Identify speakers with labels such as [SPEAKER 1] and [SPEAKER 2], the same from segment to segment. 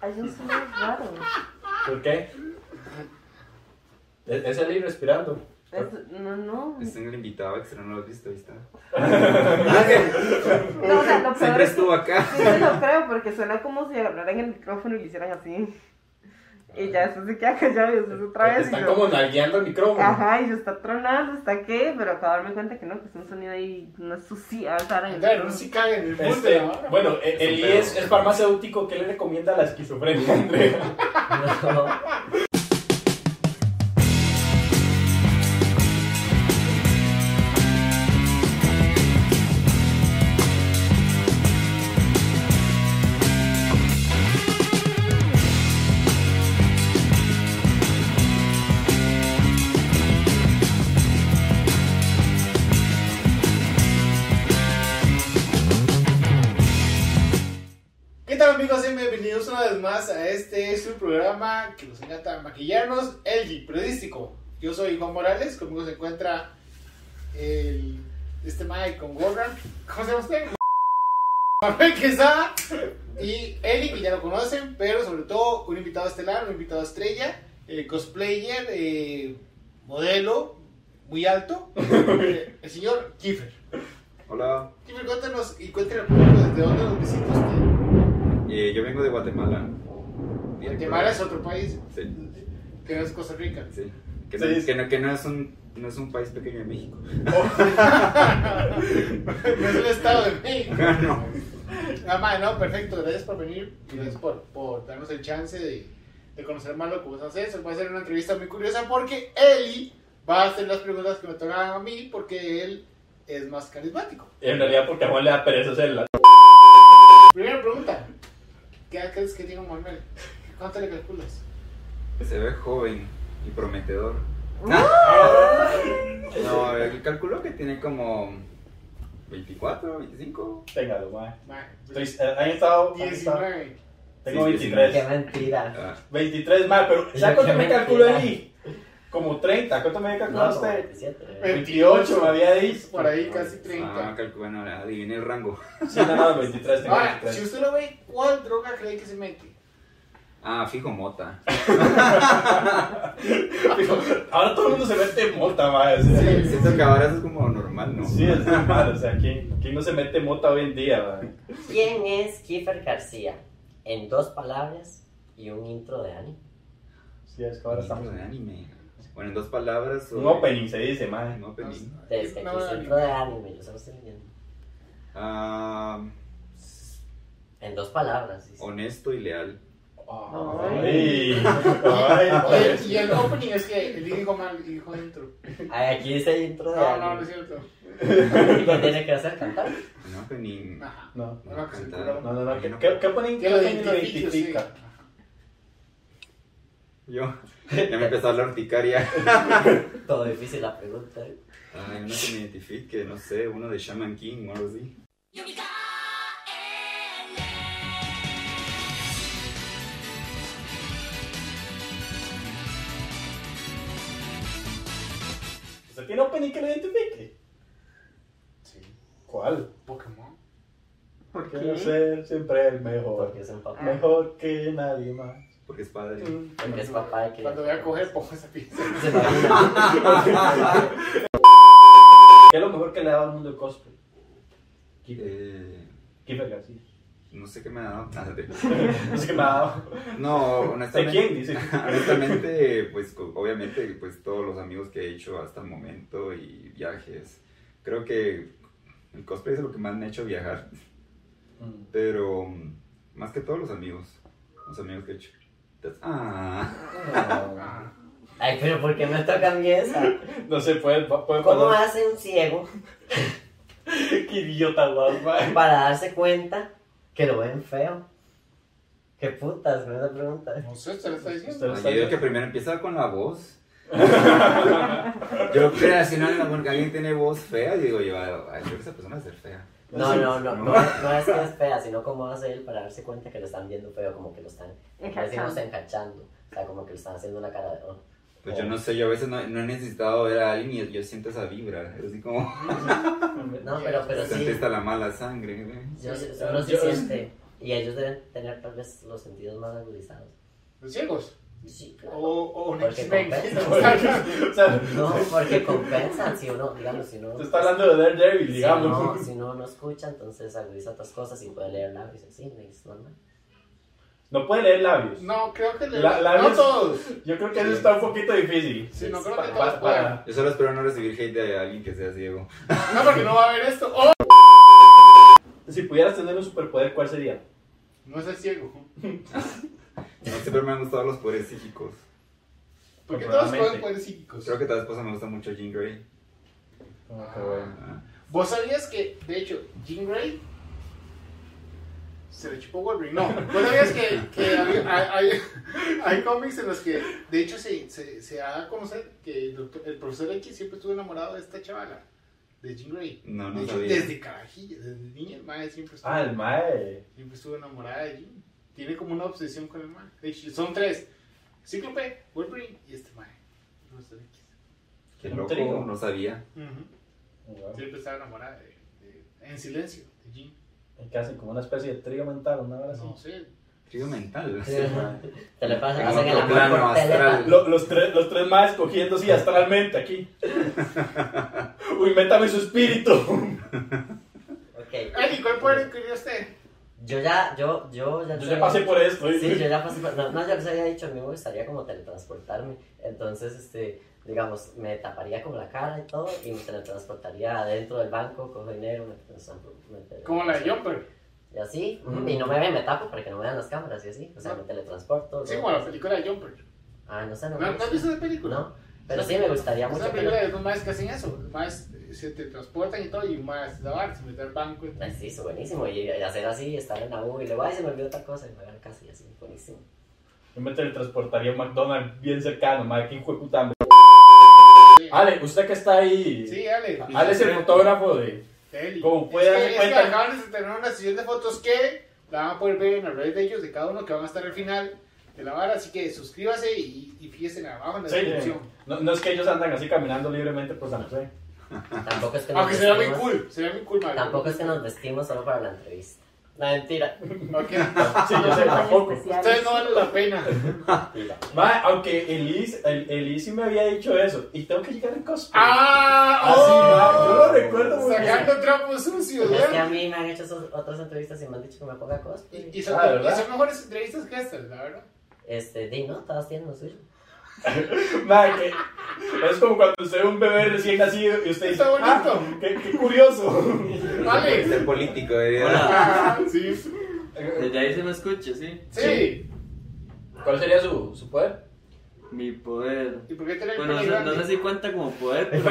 [SPEAKER 1] Hay un sonido raro.
[SPEAKER 2] ¿Por qué? E, Es, es el ir respirando.
[SPEAKER 1] Es- no, no.
[SPEAKER 3] Está en el invitado extra, no lo has visto, ahí está.
[SPEAKER 1] No, o sea, lo peor
[SPEAKER 3] Siempre
[SPEAKER 1] es que
[SPEAKER 3] estuvo acá.
[SPEAKER 1] sí se lo creo porque suena como si hablaran en el micrófono y le hicieran así. Y ya después se queda callado y después Pues otra vez. y
[SPEAKER 2] Están
[SPEAKER 1] yo-
[SPEAKER 2] como nalgueando el micrófono.
[SPEAKER 1] Ajá, y yo está tronando, está qué, pero acabo de darme cuenta que no, que es un sonido ahí, una sucia, cara.
[SPEAKER 4] Claro, no se cae en el mundo.
[SPEAKER 2] Este,
[SPEAKER 4] ahora.
[SPEAKER 2] bueno, el
[SPEAKER 3] un
[SPEAKER 2] Eli
[SPEAKER 3] pedo.
[SPEAKER 2] es el farmacéutico que le recomienda la esquizofrenia, Andrea.
[SPEAKER 4] ¿Qué tal amigos? Sean bienvenidos una vez más a este su programa que nos encanta maquillarnos, el periodístico. Yo soy Juan Morales, conmigo se encuentra el, este Mike con Gorran. ¿Cómo se llama usted? Manuel Quesada y Eli, que ya lo conocen, pero sobre todo un invitado estelar, un invitado estrella, eh, cosplayer, eh, modelo, muy alto, eh, el señor Kiefer.
[SPEAKER 3] Hola,
[SPEAKER 4] Kiefer, cuéntanos y cuéntanos al público desde dónde nos visita usted.
[SPEAKER 3] eh, yo vengo de Guatemala. pues.
[SPEAKER 4] Guatemala es otro país
[SPEAKER 3] Sí,
[SPEAKER 4] que no es Costa Rica.
[SPEAKER 3] sí. Que, no,
[SPEAKER 2] Sí, sí.
[SPEAKER 3] que no- que no es un, no es un país pequeño de México.
[SPEAKER 4] No es el estado de México.
[SPEAKER 3] No.
[SPEAKER 4] Ah, ma, no, perfecto. Gracias por venir. Gracias por, por darnos el chance de, de conocer más lo que vos haces. Hoy Va a ser una entrevista muy curiosa porque Eli va a hacer las preguntas que me tocan a mí porque él es más carismático.
[SPEAKER 2] En realidad, porque a Juan le da pereza hacerla.
[SPEAKER 4] Primera pregunta. ¿Qué edad crees que tiene Manuel? ¿Cuánto le calculas?
[SPEAKER 3] Se ve joven y prometedor. No, eh, calculo que tiene como 24, 25.
[SPEAKER 2] Téngalo, mae.
[SPEAKER 4] Ma,
[SPEAKER 2] Estoy- eh, han estado. han estado-
[SPEAKER 4] 19.
[SPEAKER 2] Tengo
[SPEAKER 3] Sí,
[SPEAKER 2] 23.
[SPEAKER 5] Qué mentira.
[SPEAKER 3] Ah,
[SPEAKER 2] 23 más, pero ¿sabes
[SPEAKER 5] Yo
[SPEAKER 2] cuánto
[SPEAKER 5] que
[SPEAKER 2] me
[SPEAKER 5] mentira.
[SPEAKER 2] calculó Eli? Como 30, ¿cuánto me había calculado usted?
[SPEAKER 5] 27.
[SPEAKER 2] 28 me había dicho.
[SPEAKER 4] Por ahí casi 30.
[SPEAKER 3] Ah, calculo, bueno, adiviné el rango.
[SPEAKER 2] Sí, no, no, 23, tengo
[SPEAKER 4] Ahora, si
[SPEAKER 2] 23.
[SPEAKER 4] usted lo ve, ¿cuál droga cree que se mete?
[SPEAKER 3] Ah, fijo mota.
[SPEAKER 2] Ahora todo el mundo se mete mota, mae. o sea.
[SPEAKER 4] Sí.
[SPEAKER 3] Siento que ahora eso es como normal, ¿no?
[SPEAKER 2] Sí, es normal, o sea, ¿quién, quién no se mete mota hoy en día? mae?
[SPEAKER 5] ¿Quién es Kiefer García? En dos palabras y un intro de anime.
[SPEAKER 2] Sí, es que ahora
[SPEAKER 3] Ahora
[SPEAKER 2] estamos
[SPEAKER 3] de
[SPEAKER 2] en
[SPEAKER 3] anime. Bueno, en dos palabras. soy-
[SPEAKER 2] un opening, se dice, mae.
[SPEAKER 3] Un opening.
[SPEAKER 5] Desde
[SPEAKER 4] No,
[SPEAKER 5] que es
[SPEAKER 4] no,
[SPEAKER 5] intro de anime, yo solo estoy leyendo.
[SPEAKER 3] Ah,
[SPEAKER 5] En dos palabras. dice.
[SPEAKER 3] honesto y leal.
[SPEAKER 2] Ay, ay, pues.
[SPEAKER 4] Oye, y el opening es que el dijo mal y dijo dentro.
[SPEAKER 5] Ay, Ah, aquí dice intro de
[SPEAKER 4] No, no, no es
[SPEAKER 5] anime.
[SPEAKER 4] cierto.
[SPEAKER 5] ¿Y qué tiene que hacer? ¿Cantar?
[SPEAKER 3] Un opening.
[SPEAKER 4] Ajá.
[SPEAKER 2] No,
[SPEAKER 4] Ah, No, que se
[SPEAKER 3] Cantar.
[SPEAKER 4] curó.
[SPEAKER 2] no, no, no, ¿qué, qué, qué ponen?
[SPEAKER 4] Que
[SPEAKER 2] ¿Qué
[SPEAKER 4] lo
[SPEAKER 2] ponen lo
[SPEAKER 4] identifique, sí.
[SPEAKER 2] identifica?
[SPEAKER 3] Yo. Ya me empezó a la urticaria.
[SPEAKER 5] Todo difícil la pregunta. ¿eh?
[SPEAKER 3] Ay, uno que me identifique, no sé, uno de Shaman King o algo así.
[SPEAKER 2] ¿Usted tiene opening que lo identifique?
[SPEAKER 4] Sí.
[SPEAKER 2] ¿Cuál?
[SPEAKER 4] Pokémon.
[SPEAKER 1] ¿Por
[SPEAKER 2] Quiero
[SPEAKER 1] qué?
[SPEAKER 2] ser siempre el mejor.
[SPEAKER 5] Porque es un
[SPEAKER 4] Ah.
[SPEAKER 5] papá.
[SPEAKER 2] Mejor que nadie más.
[SPEAKER 3] Porque es padre.
[SPEAKER 2] Mm.
[SPEAKER 5] Porque es papá que.
[SPEAKER 4] Cuando voy a coger, pongo esa pieza.
[SPEAKER 5] Se va a-
[SPEAKER 2] ¿Qué es lo mejor que le ha dado al mundo el cosplay? Kiefer
[SPEAKER 3] Eh,
[SPEAKER 2] Kiefer García.
[SPEAKER 3] no sé qué me ha dado. Ah, de-
[SPEAKER 2] No sé qué me ha dado.
[SPEAKER 3] No,
[SPEAKER 2] ¿De
[SPEAKER 3] honestamente.
[SPEAKER 2] quién? Dice.
[SPEAKER 3] Honestamente, pues co- obviamente, pues todos los amigos que he hecho hasta el momento y viajes. Creo que el cosplay es lo que más me ha hecho viajar,
[SPEAKER 2] Mm.
[SPEAKER 3] pero mm, más que todos los amigos, los amigos que he hecho. That's- ah,
[SPEAKER 4] Ah.
[SPEAKER 5] Ay, pero ¿por qué me toca a mí esa?
[SPEAKER 2] No sé, puede, puede
[SPEAKER 5] ¿Cómo
[SPEAKER 2] pasar.
[SPEAKER 5] hace un ciego
[SPEAKER 2] Qué idiota más, mae.
[SPEAKER 5] para darse cuenta que lo ven feo? ¿Qué putas? Me da pregunta.
[SPEAKER 4] No sé, usted lo está diciendo.
[SPEAKER 2] Usted lo
[SPEAKER 3] yo
[SPEAKER 2] está
[SPEAKER 3] digo que
[SPEAKER 2] viendo.
[SPEAKER 3] primero empieza con la voz. yo creo que si no, porque alguien tiene voz fea, digo yo, "Ay, creo que esa persona es fea.
[SPEAKER 5] No, no, no,
[SPEAKER 3] No.
[SPEAKER 5] no, no es que es fea, sino cómo hace él para darse cuenta que lo están viendo feo, como que lo están, como decimos, encachando, o sea, como que le están haciendo una cara de... oh.
[SPEAKER 3] Pues yo no sé, yo a veces no, no he necesitado ver a alguien y yo siento esa vibra, así como
[SPEAKER 5] No, pero, pero
[SPEAKER 3] sentiste
[SPEAKER 5] sí,
[SPEAKER 3] la mala sangre. ¿eh? güey.
[SPEAKER 5] yo, sé- uno sí
[SPEAKER 2] Yo-
[SPEAKER 5] siente, Y ellos deben tener tal vez los sentidos más agudizados.
[SPEAKER 4] ¿Los ciegos?
[SPEAKER 5] Sí,
[SPEAKER 4] O,
[SPEAKER 5] claro.
[SPEAKER 4] o un
[SPEAKER 5] Porque
[SPEAKER 4] X-Men.
[SPEAKER 5] compensan.
[SPEAKER 4] O sea, o sea,
[SPEAKER 5] No, porque compensan si uno, digamos, si uno...
[SPEAKER 2] Te está hablando de Daredevil,
[SPEAKER 5] Si
[SPEAKER 2] digamos.
[SPEAKER 5] no, si no, no escucha, entonces agudiza otras cosas y puede leer labios y así, es normal.
[SPEAKER 2] No puede leer labios.
[SPEAKER 4] No, creo que le-
[SPEAKER 2] La- la
[SPEAKER 4] no
[SPEAKER 2] vez-
[SPEAKER 4] todos.
[SPEAKER 2] Yo creo que eso está un poquito difícil.
[SPEAKER 4] Sí, no creo
[SPEAKER 2] Pa-
[SPEAKER 4] que
[SPEAKER 2] pa-
[SPEAKER 4] todos puedan.
[SPEAKER 2] para-
[SPEAKER 3] Yo solo espero no recibir hate de alguien que sea ciego.
[SPEAKER 4] No, porque no va a haber esto. ¡Oh!
[SPEAKER 2] Si pudieras tener un superpoder, ¿cuál sería?
[SPEAKER 4] No es el ciego.
[SPEAKER 3] No, siempre me han gustado los poderes psíquicos.
[SPEAKER 4] Porque todos pueden
[SPEAKER 2] Probablemente.
[SPEAKER 4] poder psíquicos.
[SPEAKER 3] Creo que tal vez por eso me gusta mucho Jean Grey.
[SPEAKER 2] Ah, qué bueno.
[SPEAKER 3] Ah,
[SPEAKER 4] ¿Vos sabías que, de hecho, Jean Grey se le chupó Wolverine? No, ¿vos sabías que, que hay, hay, hay- hay cómics en los que, de hecho, se, se, se da a conocer que el, doctor- el profesor X siempre estuvo enamorado de esta chavala, de Jean Grey?
[SPEAKER 3] No,
[SPEAKER 4] De
[SPEAKER 3] no
[SPEAKER 4] hecho,
[SPEAKER 3] sabía.
[SPEAKER 4] desde carajilla, desde niña, el mae siempre estuvo,
[SPEAKER 2] Ah, el mae.
[SPEAKER 4] siempre estuvo enamorada de Jean. Tiene como una obsesión con el mae. De hecho, son tres. Cíclope, Wolverine y este mae. el profesor X.
[SPEAKER 3] Qué
[SPEAKER 2] Un
[SPEAKER 3] loco,
[SPEAKER 2] trigo.
[SPEAKER 3] no sabía.
[SPEAKER 4] Ujú. Siempre estaba enamorada de, de- en silencio de Jean.
[SPEAKER 2] Casi como una especie de trío mental, una
[SPEAKER 5] Ah,
[SPEAKER 2] hora así.
[SPEAKER 4] No sé,
[SPEAKER 3] Trigo mental.
[SPEAKER 5] Te le pasan,
[SPEAKER 3] En
[SPEAKER 5] hacen el
[SPEAKER 3] otro
[SPEAKER 5] amor
[SPEAKER 3] plano
[SPEAKER 5] por teléfono.
[SPEAKER 3] astral.
[SPEAKER 2] Lo- los, tres, los tres más cogiendo así astralmente aquí. Uy, métame su espíritu.
[SPEAKER 5] Ok.
[SPEAKER 4] Eli, ¿cuál poder adquirió usted?
[SPEAKER 5] Yo ya, yo, yo ya...
[SPEAKER 2] Yo ya pasé por esto. ¿eh?
[SPEAKER 5] Sí, yo ya pasé por... No, no, yo les había dicho, a mí me gustaría como teletransportarme. Entonces, este, digamos, me taparía como la cara y todo y me teletransportaría adentro del banco, cojo dinero, me teletransporto. me teletransporto.
[SPEAKER 4] Como la de Jumper.
[SPEAKER 5] Y así, y no me ven, me tapo para que no vean las cámaras y así. O sea,
[SPEAKER 4] No.
[SPEAKER 5] me teletransporto.
[SPEAKER 4] Sí,
[SPEAKER 5] ¿no?
[SPEAKER 4] como la película de Jumper.
[SPEAKER 5] Ah, no sé, no
[SPEAKER 4] ¿No,
[SPEAKER 5] me
[SPEAKER 4] ¿no has visto
[SPEAKER 5] gusta.
[SPEAKER 4] esa película?
[SPEAKER 5] No, pero sí me gustaría mucho.
[SPEAKER 4] Esa
[SPEAKER 5] que lo-
[SPEAKER 4] película de los más que hacen eso. Más eh, se te transportan y todo, y más la van, se mete al banco. y todo.
[SPEAKER 5] Ay, sí, eso buenísimo. Y, y hacer así, estar en la U y luego, ay, se me olvidó otra cosa y me agarran casi así, buenísimo.
[SPEAKER 2] Yo me teletransportaría a un McDonald's bien cercano, madre, qué hijo de puta hambre.
[SPEAKER 4] Sí.
[SPEAKER 2] Ale, usted que está ahí.
[SPEAKER 4] Sí, Ale.
[SPEAKER 2] Ale es el fotógrafo de.
[SPEAKER 4] Eli.
[SPEAKER 2] Como puede darse
[SPEAKER 4] es que,
[SPEAKER 2] cuenta-
[SPEAKER 4] Es que acaban de tener una sesión de fotos que la van a poder ver en las redes de ellos, de cada uno que van a estar al final de la vara. Así que suscríbase y, y fíjense abajo en la
[SPEAKER 2] Sí,
[SPEAKER 4] descripción.
[SPEAKER 2] no, no es que ellos andan así caminando libremente pues, por San José.
[SPEAKER 5] Tampoco es que
[SPEAKER 4] Aunque será
[SPEAKER 5] vestimos,
[SPEAKER 4] muy cool, será muy cool, Mario.
[SPEAKER 5] Tampoco es que nos vestimos solo para la entrevista. No, mentira.
[SPEAKER 4] Ok.
[SPEAKER 2] Sí, yo sé, tampoco.
[SPEAKER 4] Ustedes no valen la pena.
[SPEAKER 5] mentira.
[SPEAKER 2] Madre, aunque Elise, el, Elise sí me había dicho eso. Y tengo que llegar en cosplay.
[SPEAKER 4] ¡Ah!
[SPEAKER 2] Así, madre, yo lo recuerdo muy bien.
[SPEAKER 4] Sacando trapos sucios, ¿eh?
[SPEAKER 5] Es que
[SPEAKER 4] ¿verdad?
[SPEAKER 5] a mí me han hecho esos- otras entrevistas y me han dicho que me ponga cosplay.
[SPEAKER 4] Y, y son,
[SPEAKER 2] Ah, ¿verdad?
[SPEAKER 4] y son mejores entrevistas que estas, la verdad.
[SPEAKER 5] Este, di, ¿no? Todas tienen lo suyo.
[SPEAKER 2] Madre, que es como cuando usted ve un bebé recién nacido y usted dice,
[SPEAKER 4] Está bonito.
[SPEAKER 2] "Ah, qué, qué curioso.
[SPEAKER 3] Puede
[SPEAKER 4] Vale.
[SPEAKER 3] ser político, eh. debería.
[SPEAKER 6] Hola.
[SPEAKER 4] Ah, sí. Sí.
[SPEAKER 6] Desde ahí se me escucha, ¿sí?
[SPEAKER 2] Sí. ¿Cuál sería su, su poder?
[SPEAKER 6] Mi poder.
[SPEAKER 4] ¿Y por qué tener
[SPEAKER 6] Bueno, no sé, no sé si cuenta como poder, pero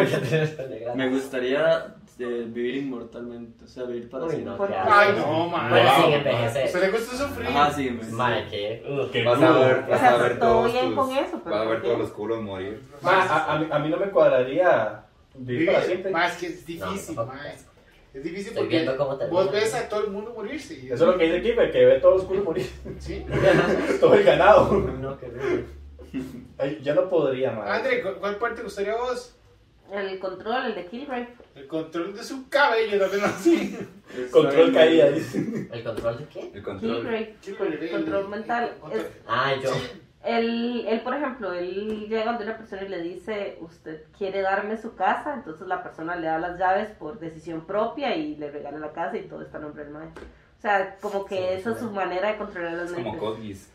[SPEAKER 6] me gustaría eh, vivir inmortalmente, o sea, vivir para
[SPEAKER 5] Uy,
[SPEAKER 6] siempre.
[SPEAKER 5] no, qué asco.
[SPEAKER 4] Ay, no, man.
[SPEAKER 5] Bueno, pues,
[SPEAKER 2] Wow.
[SPEAKER 5] sin envejecer.
[SPEAKER 4] ¿Se le gusta sufrir?
[SPEAKER 6] Ajá, sí, me.
[SPEAKER 5] Madre, qué. uh,
[SPEAKER 2] Qué
[SPEAKER 3] Vas a
[SPEAKER 2] culo.
[SPEAKER 3] ver, pues. vas a
[SPEAKER 1] O sea,
[SPEAKER 3] ver
[SPEAKER 1] todo
[SPEAKER 3] todos
[SPEAKER 1] bien
[SPEAKER 3] tus-
[SPEAKER 1] con eso, pero
[SPEAKER 3] vas a
[SPEAKER 1] ¿por
[SPEAKER 3] ver
[SPEAKER 1] qué?
[SPEAKER 3] todos los culos morir.
[SPEAKER 2] Ma, a, a mí, a mí no me cuadraría vivir para siempre.
[SPEAKER 4] Más que es
[SPEAKER 5] No,
[SPEAKER 4] difícil,
[SPEAKER 5] tampoco.
[SPEAKER 4] man. Es difícil
[SPEAKER 5] Estoy
[SPEAKER 4] porque
[SPEAKER 5] viendo cómo termina.
[SPEAKER 4] vos ves a todo el mundo morirse. y-
[SPEAKER 2] Eso es lo que dice Kipper, que ve todos los culos morir.
[SPEAKER 4] Sí.
[SPEAKER 2] Todo el ganado.
[SPEAKER 5] No, qué ruido.
[SPEAKER 2] Ay, yo no podría, madre.
[SPEAKER 4] André, ¿cu- ¿cuál parte te gustaría a vos?
[SPEAKER 1] El control, el de Kilgrave.
[SPEAKER 4] El control de su cabello, también así.
[SPEAKER 6] Es-
[SPEAKER 2] Control
[SPEAKER 6] sabe-
[SPEAKER 2] caída, dice.
[SPEAKER 5] ¿El control de qué?
[SPEAKER 3] El control.
[SPEAKER 1] Kilgrave. Control mental. Es-
[SPEAKER 5] Ah, yo.
[SPEAKER 4] Sí.
[SPEAKER 1] Él, él, por ejemplo, él llega donde una persona y le dice, usted quiere darme su casa, entonces la persona le da las llaves por decisión propia y le regala la casa y todo está a nombre del maestro. O sea, como que
[SPEAKER 5] Sí,
[SPEAKER 1] esa es
[SPEAKER 5] claro.
[SPEAKER 1] su manera de controlar las
[SPEAKER 3] Es como
[SPEAKER 1] mentes.
[SPEAKER 3] Cosgis.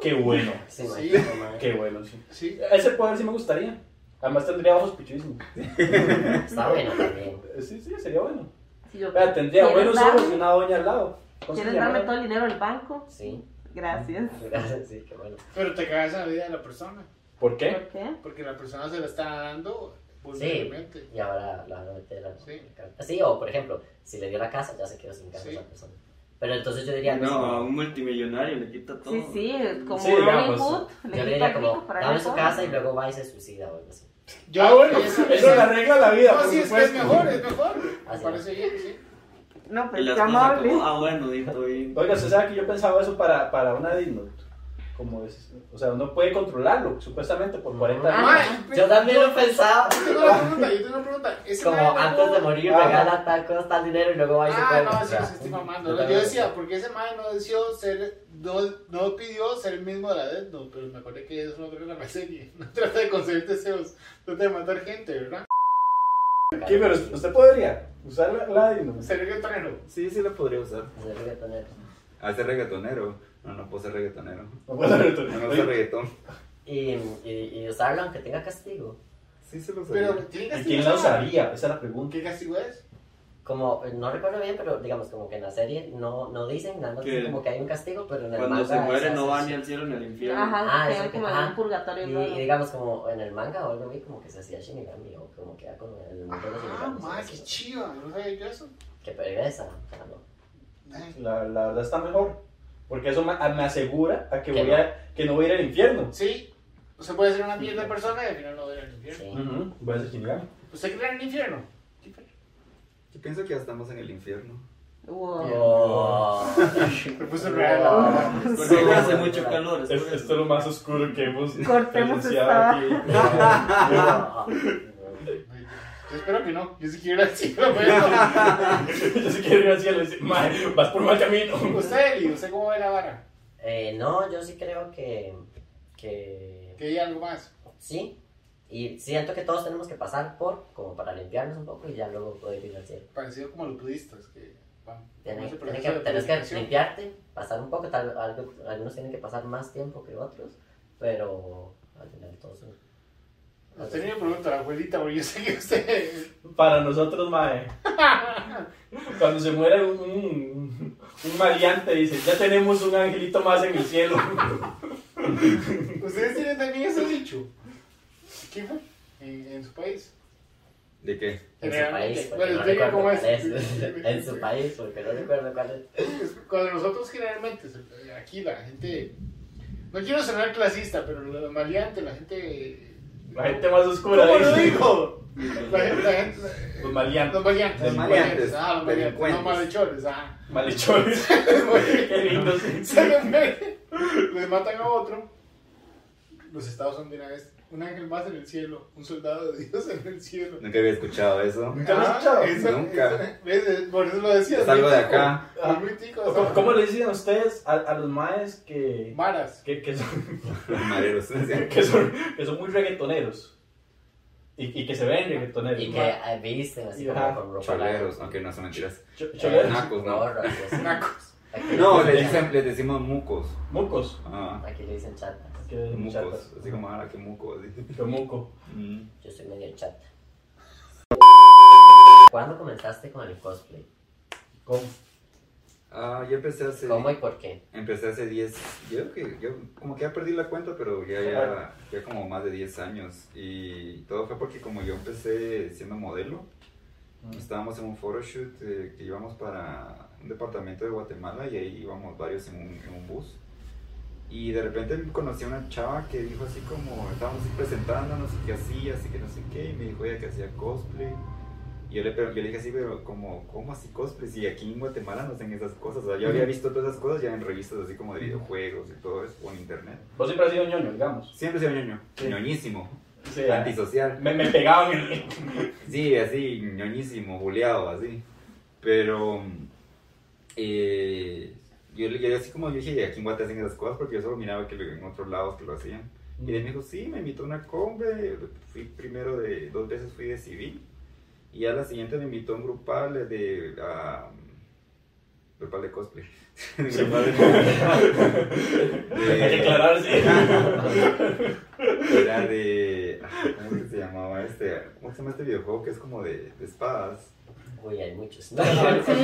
[SPEAKER 2] Qué bueno.
[SPEAKER 5] Sí,
[SPEAKER 4] Sí.
[SPEAKER 5] imagino, madre.
[SPEAKER 2] Qué bueno, sí.
[SPEAKER 4] Sí.
[SPEAKER 2] Ese poder sí me gustaría. Además tendría ojos pichísimos.
[SPEAKER 5] Está bueno también.
[SPEAKER 2] Sí, sí, sería bueno.
[SPEAKER 1] Si yo,
[SPEAKER 2] Vea, tendría
[SPEAKER 1] ¿quieres
[SPEAKER 2] buenos
[SPEAKER 1] darme-
[SPEAKER 2] ojos y una doña al lado. Entonces,
[SPEAKER 1] ¿Quieres
[SPEAKER 2] ya,
[SPEAKER 1] darme
[SPEAKER 2] madre.
[SPEAKER 1] todo el dinero del banco?
[SPEAKER 5] Sí.
[SPEAKER 1] Gracias.
[SPEAKER 5] Gracias, sí, qué bueno.
[SPEAKER 4] Pero te cagas en la vida de la persona.
[SPEAKER 2] ¿Por qué?
[SPEAKER 1] ¿Por qué?
[SPEAKER 4] Porque la persona se la está dando
[SPEAKER 5] Sí,
[SPEAKER 4] voluntariamente.
[SPEAKER 5] y ahora la van a meter a
[SPEAKER 4] Sí.
[SPEAKER 5] la Sí, o por ejemplo, si le dio la casa, ya se quedó sin casa
[SPEAKER 4] Sí.
[SPEAKER 5] esa persona. Pero entonces yo diría,
[SPEAKER 6] No, a
[SPEAKER 5] no,
[SPEAKER 6] un multimillonario le quita todo.
[SPEAKER 1] Sí, sí, es como
[SPEAKER 2] Sí, digamos,
[SPEAKER 1] Robin Hood, le
[SPEAKER 5] yo le
[SPEAKER 1] quita
[SPEAKER 5] diría
[SPEAKER 1] el
[SPEAKER 5] como,
[SPEAKER 1] rico para
[SPEAKER 5] dame
[SPEAKER 1] el
[SPEAKER 5] su
[SPEAKER 1] pobre.
[SPEAKER 5] casa y luego va y se suicida o algo así.
[SPEAKER 4] Yo
[SPEAKER 2] ah, bueno,
[SPEAKER 4] esa-
[SPEAKER 2] eso,
[SPEAKER 4] esa-
[SPEAKER 2] le arregla la vida.
[SPEAKER 4] No,
[SPEAKER 2] por
[SPEAKER 4] sí, es que es
[SPEAKER 2] supuesto.
[SPEAKER 4] mejor, eh. es mejor. Me
[SPEAKER 5] Así
[SPEAKER 4] parece bien, sí.
[SPEAKER 1] No,
[SPEAKER 6] Y
[SPEAKER 1] pero
[SPEAKER 6] las
[SPEAKER 1] qué
[SPEAKER 6] cosas ah,
[SPEAKER 1] amable.
[SPEAKER 6] como, ah, bueno, dijo bien.
[SPEAKER 2] Oiga, usted sabe que yo pensaba eso para, para una Disney. como es, o sea, uno puede controlarlo, supuestamente por 40
[SPEAKER 1] Ah,
[SPEAKER 2] días.
[SPEAKER 4] Mae,
[SPEAKER 5] Yo también lo pensaba.
[SPEAKER 4] Yo tengo una pregunta, yo tengo una pregunta. Ese
[SPEAKER 5] Como
[SPEAKER 4] mae no-
[SPEAKER 5] antes de morir,
[SPEAKER 2] Ajá.
[SPEAKER 5] regala tal cosa, tal dinero y luego va y se
[SPEAKER 4] Ah,
[SPEAKER 5] cuenta.
[SPEAKER 4] no,
[SPEAKER 5] o
[SPEAKER 4] sí,
[SPEAKER 5] sea,
[SPEAKER 4] sí, estoy mamando. Yo decía, porque ese mae no decidió ser, no, no pidió ser el mismo de la Death Note, pero me acordé que eso no creo en la serie. No trata de conseguir deseos, trata de matar gente, ¿verdad?
[SPEAKER 2] ¿Qué, pero
[SPEAKER 4] pues,
[SPEAKER 2] usted podría usar la, la de- no?
[SPEAKER 4] Ser guitarrero.
[SPEAKER 3] Sí, sí lo podría usar.
[SPEAKER 5] es el reggaetonero.
[SPEAKER 3] A ser reggaetonero. No, no puedo ser reggaetonero.
[SPEAKER 2] No puedo hacer
[SPEAKER 3] No, no
[SPEAKER 2] retorno.
[SPEAKER 3] uso reggaetón.
[SPEAKER 5] Y, y, y usarlo aunque tenga castigo.
[SPEAKER 3] Sí, se lo usaría.
[SPEAKER 4] Pero, ¿tiene
[SPEAKER 2] ¿Y
[SPEAKER 4] castigo?
[SPEAKER 2] quién lo sabía? Esa es la pregunta.
[SPEAKER 4] ¿Qué castigo es?
[SPEAKER 5] Como, eh, no recuerdo bien, pero digamos como que en la serie no, no dicen nada, más
[SPEAKER 6] Que-
[SPEAKER 5] como que hay un castigo, pero en el
[SPEAKER 6] Cuando
[SPEAKER 5] manga
[SPEAKER 6] se muere
[SPEAKER 5] es
[SPEAKER 6] no
[SPEAKER 5] así.
[SPEAKER 6] va ni al cielo ni al infierno.
[SPEAKER 1] Ajá,
[SPEAKER 5] Ah,
[SPEAKER 1] que
[SPEAKER 5] eso
[SPEAKER 1] quedan
[SPEAKER 5] que-
[SPEAKER 1] como en
[SPEAKER 5] ajá.
[SPEAKER 1] un purgatorio.
[SPEAKER 5] Y,
[SPEAKER 1] raro.
[SPEAKER 5] y digamos como en el manga o algo así, como que se hacía Shinigami o como que era como el mundo de los
[SPEAKER 4] Ah,
[SPEAKER 5] Shinigamis.
[SPEAKER 4] mae, qué chiva. No sabía yo eso.
[SPEAKER 5] Que pereza, o sea, no.
[SPEAKER 4] Ay,
[SPEAKER 2] La, la verdad está mejor. Porque eso me, a- me asegura a que,
[SPEAKER 5] Que
[SPEAKER 2] voy a, que no voy a ir al infierno.
[SPEAKER 4] Sí, usted puede ser una mierda de persona y al final no va a ir al infierno.
[SPEAKER 5] Sí.
[SPEAKER 2] Ujú, Mm, Voy a ser Shinigami.
[SPEAKER 4] ¿Usted cree en el infierno?
[SPEAKER 3] Yo pienso que ya estamos en el infierno.
[SPEAKER 1] Wow.
[SPEAKER 5] Oh.
[SPEAKER 4] Me puse pues real, la verdad.
[SPEAKER 6] Porque hace mucho calor. es
[SPEAKER 2] Es-
[SPEAKER 6] por eso.
[SPEAKER 2] esto es lo más oscuro que hemos
[SPEAKER 1] Cortemos
[SPEAKER 2] presenciado
[SPEAKER 1] esta.
[SPEAKER 2] aquí.
[SPEAKER 4] Yo espero que no. Yo sí quiero ir al cielo, pues. pero...
[SPEAKER 2] Yo sí quiero ir al cielo y decir, "Mae, vas por mal camino.
[SPEAKER 4] Usted, Eli, ¿usted cómo ve la vara?
[SPEAKER 5] Eh, no, yo sí creo que, que
[SPEAKER 4] Que hay algo más.
[SPEAKER 5] sí. Y siento que todos tenemos que pasar por, como para limpiarnos un poco y ya luego poder ir al cielo.
[SPEAKER 4] Parecido como los budistas, que van...
[SPEAKER 5] Tiene-
[SPEAKER 4] ese
[SPEAKER 5] tiene
[SPEAKER 4] proceso
[SPEAKER 5] que-
[SPEAKER 4] de
[SPEAKER 5] tenés que
[SPEAKER 4] purificación.
[SPEAKER 5] limpiarte, pasar un poco, tal, algo- algunos tienen que pasar más tiempo que otros, pero al final todos son-
[SPEAKER 4] Usted ni me pregunta, la abuelita, porque yo sé que usted...
[SPEAKER 2] Para nosotros, mae. Cuando se muere un, un, un maleante, dice, ya tenemos un angelito más en el cielo.
[SPEAKER 4] ¿Ustedes tienen también ese dicho? ¿Qué fue? ¿En, en su país?
[SPEAKER 3] ¿De qué?
[SPEAKER 5] en su
[SPEAKER 4] Generalmente,
[SPEAKER 5] país, porque
[SPEAKER 4] bueno,
[SPEAKER 5] no
[SPEAKER 4] explica
[SPEAKER 5] recuerdo
[SPEAKER 4] cómo
[SPEAKER 5] cuál
[SPEAKER 4] es.
[SPEAKER 5] es. en su país, porque no recuerdo cuál es.
[SPEAKER 4] Es que Cuando nosotros generalmente, se- aquí la gente... No quiero sonar clasista, pero lo maleante, la gente...
[SPEAKER 2] La gente más oscura
[SPEAKER 4] ¿Cómo lo
[SPEAKER 2] dice. "Pues
[SPEAKER 4] digo? La gente... La gente
[SPEAKER 2] Los maleantes,
[SPEAKER 4] los maleantes. Los maleantes.
[SPEAKER 3] Delincuentes,
[SPEAKER 4] Ah, los maleantes. No
[SPEAKER 3] delincuentes.
[SPEAKER 4] malhechores, ah.
[SPEAKER 2] malhechores. Qué lindos.
[SPEAKER 4] Salen, güey, Les matan a otro. Los estados son de una vez. Un ángel más en el cielo. Un soldado de Dios en el cielo.
[SPEAKER 3] Nunca había escuchado eso.
[SPEAKER 2] ¿Nunca lo has escuchado?
[SPEAKER 3] Nunca.
[SPEAKER 4] eso- ¿ves? por eso lo decía.
[SPEAKER 3] Es algo de
[SPEAKER 4] muy tico.
[SPEAKER 3] acá.
[SPEAKER 4] Es muy tico, o sea,
[SPEAKER 2] ¿Cómo, cómo le dicen ustedes a, a los maes que,
[SPEAKER 4] Maras.
[SPEAKER 2] que, que son,
[SPEAKER 3] Los mareros.
[SPEAKER 2] que, son, que son muy reggaetoneros? Y, y que se ven reggaetoneros.
[SPEAKER 5] Y que
[SPEAKER 2] mae.
[SPEAKER 5] eh, visten así
[SPEAKER 2] Y,
[SPEAKER 5] como
[SPEAKER 2] ajá,
[SPEAKER 5] con ropa
[SPEAKER 3] Choleros, aunque no son mentiras.
[SPEAKER 2] Cho-
[SPEAKER 5] larga,
[SPEAKER 2] choleros,
[SPEAKER 5] eh,
[SPEAKER 3] Nacos, ¿no?
[SPEAKER 5] gorra, pues.
[SPEAKER 4] Nacos.
[SPEAKER 5] Aquí-
[SPEAKER 3] No, les, dicen- les decimos mucos.
[SPEAKER 2] mucos.
[SPEAKER 3] Ah,
[SPEAKER 5] Aquí le dicen chata.
[SPEAKER 2] Que de
[SPEAKER 3] mucos.
[SPEAKER 2] chatas.
[SPEAKER 3] Así como, ah, qué muco. así.
[SPEAKER 2] Que muco.
[SPEAKER 3] Mm.
[SPEAKER 5] Yo soy medio chata. ¿Cuándo comenzaste con el cosplay?
[SPEAKER 2] Con-
[SPEAKER 3] Ah, yo empecé hace.
[SPEAKER 5] ¿Cómo y por qué?
[SPEAKER 3] Empecé hace 10, yo creo que yo como que ya perdí la cuenta, pero ya, ya, ya como más de 10 años. Y todo fue porque como yo empecé siendo modelo, Mm. estábamos en un photoshoot eh, que íbamos para un departamento de Guatemala y ahí íbamos varios en un, en un bus. Y de repente conocí a una chava que dijo así como, estábamos así presentándonos y que hacía, así que no sé qué, y me dijo ella que hacía cosplay. Y yo le, pero yo le dije así, pero como, ¿cómo así cosplay? Si aquí en Guatemala no hacen esas cosas. O sea, yo había visto todas esas cosas ya en revistas así como de videojuegos y todo eso, o en internet.
[SPEAKER 2] Vos siempre has sido ñoño, digamos.
[SPEAKER 3] Siempre soy ñoño,
[SPEAKER 2] Sí.
[SPEAKER 3] ñoñísimo,
[SPEAKER 2] Sí,
[SPEAKER 3] antisocial.
[SPEAKER 2] me, me pegaban en el...
[SPEAKER 3] Sí, así, ñoñísimo, buleado, así. Pero mm, eh, yo, le- yo así como yo dije, aquí en Guate hacen esas cosas porque yo solo miraba que lo- en otros lados que lo hacían. Y él me dijo, sí, me invitó a una combe, fui primero de, dos veces fui de civil. Y a la siguiente me invitó a un grupal de- de, ah, grupal de cosplay. Grupal de-
[SPEAKER 2] Hay que aclararse.
[SPEAKER 3] Era de. ah, ¿Cómo es que se llamaba este? ¿Cómo se llama este videojuego que es como de, de espadas?
[SPEAKER 5] Uy, hay muchos.
[SPEAKER 1] Sí.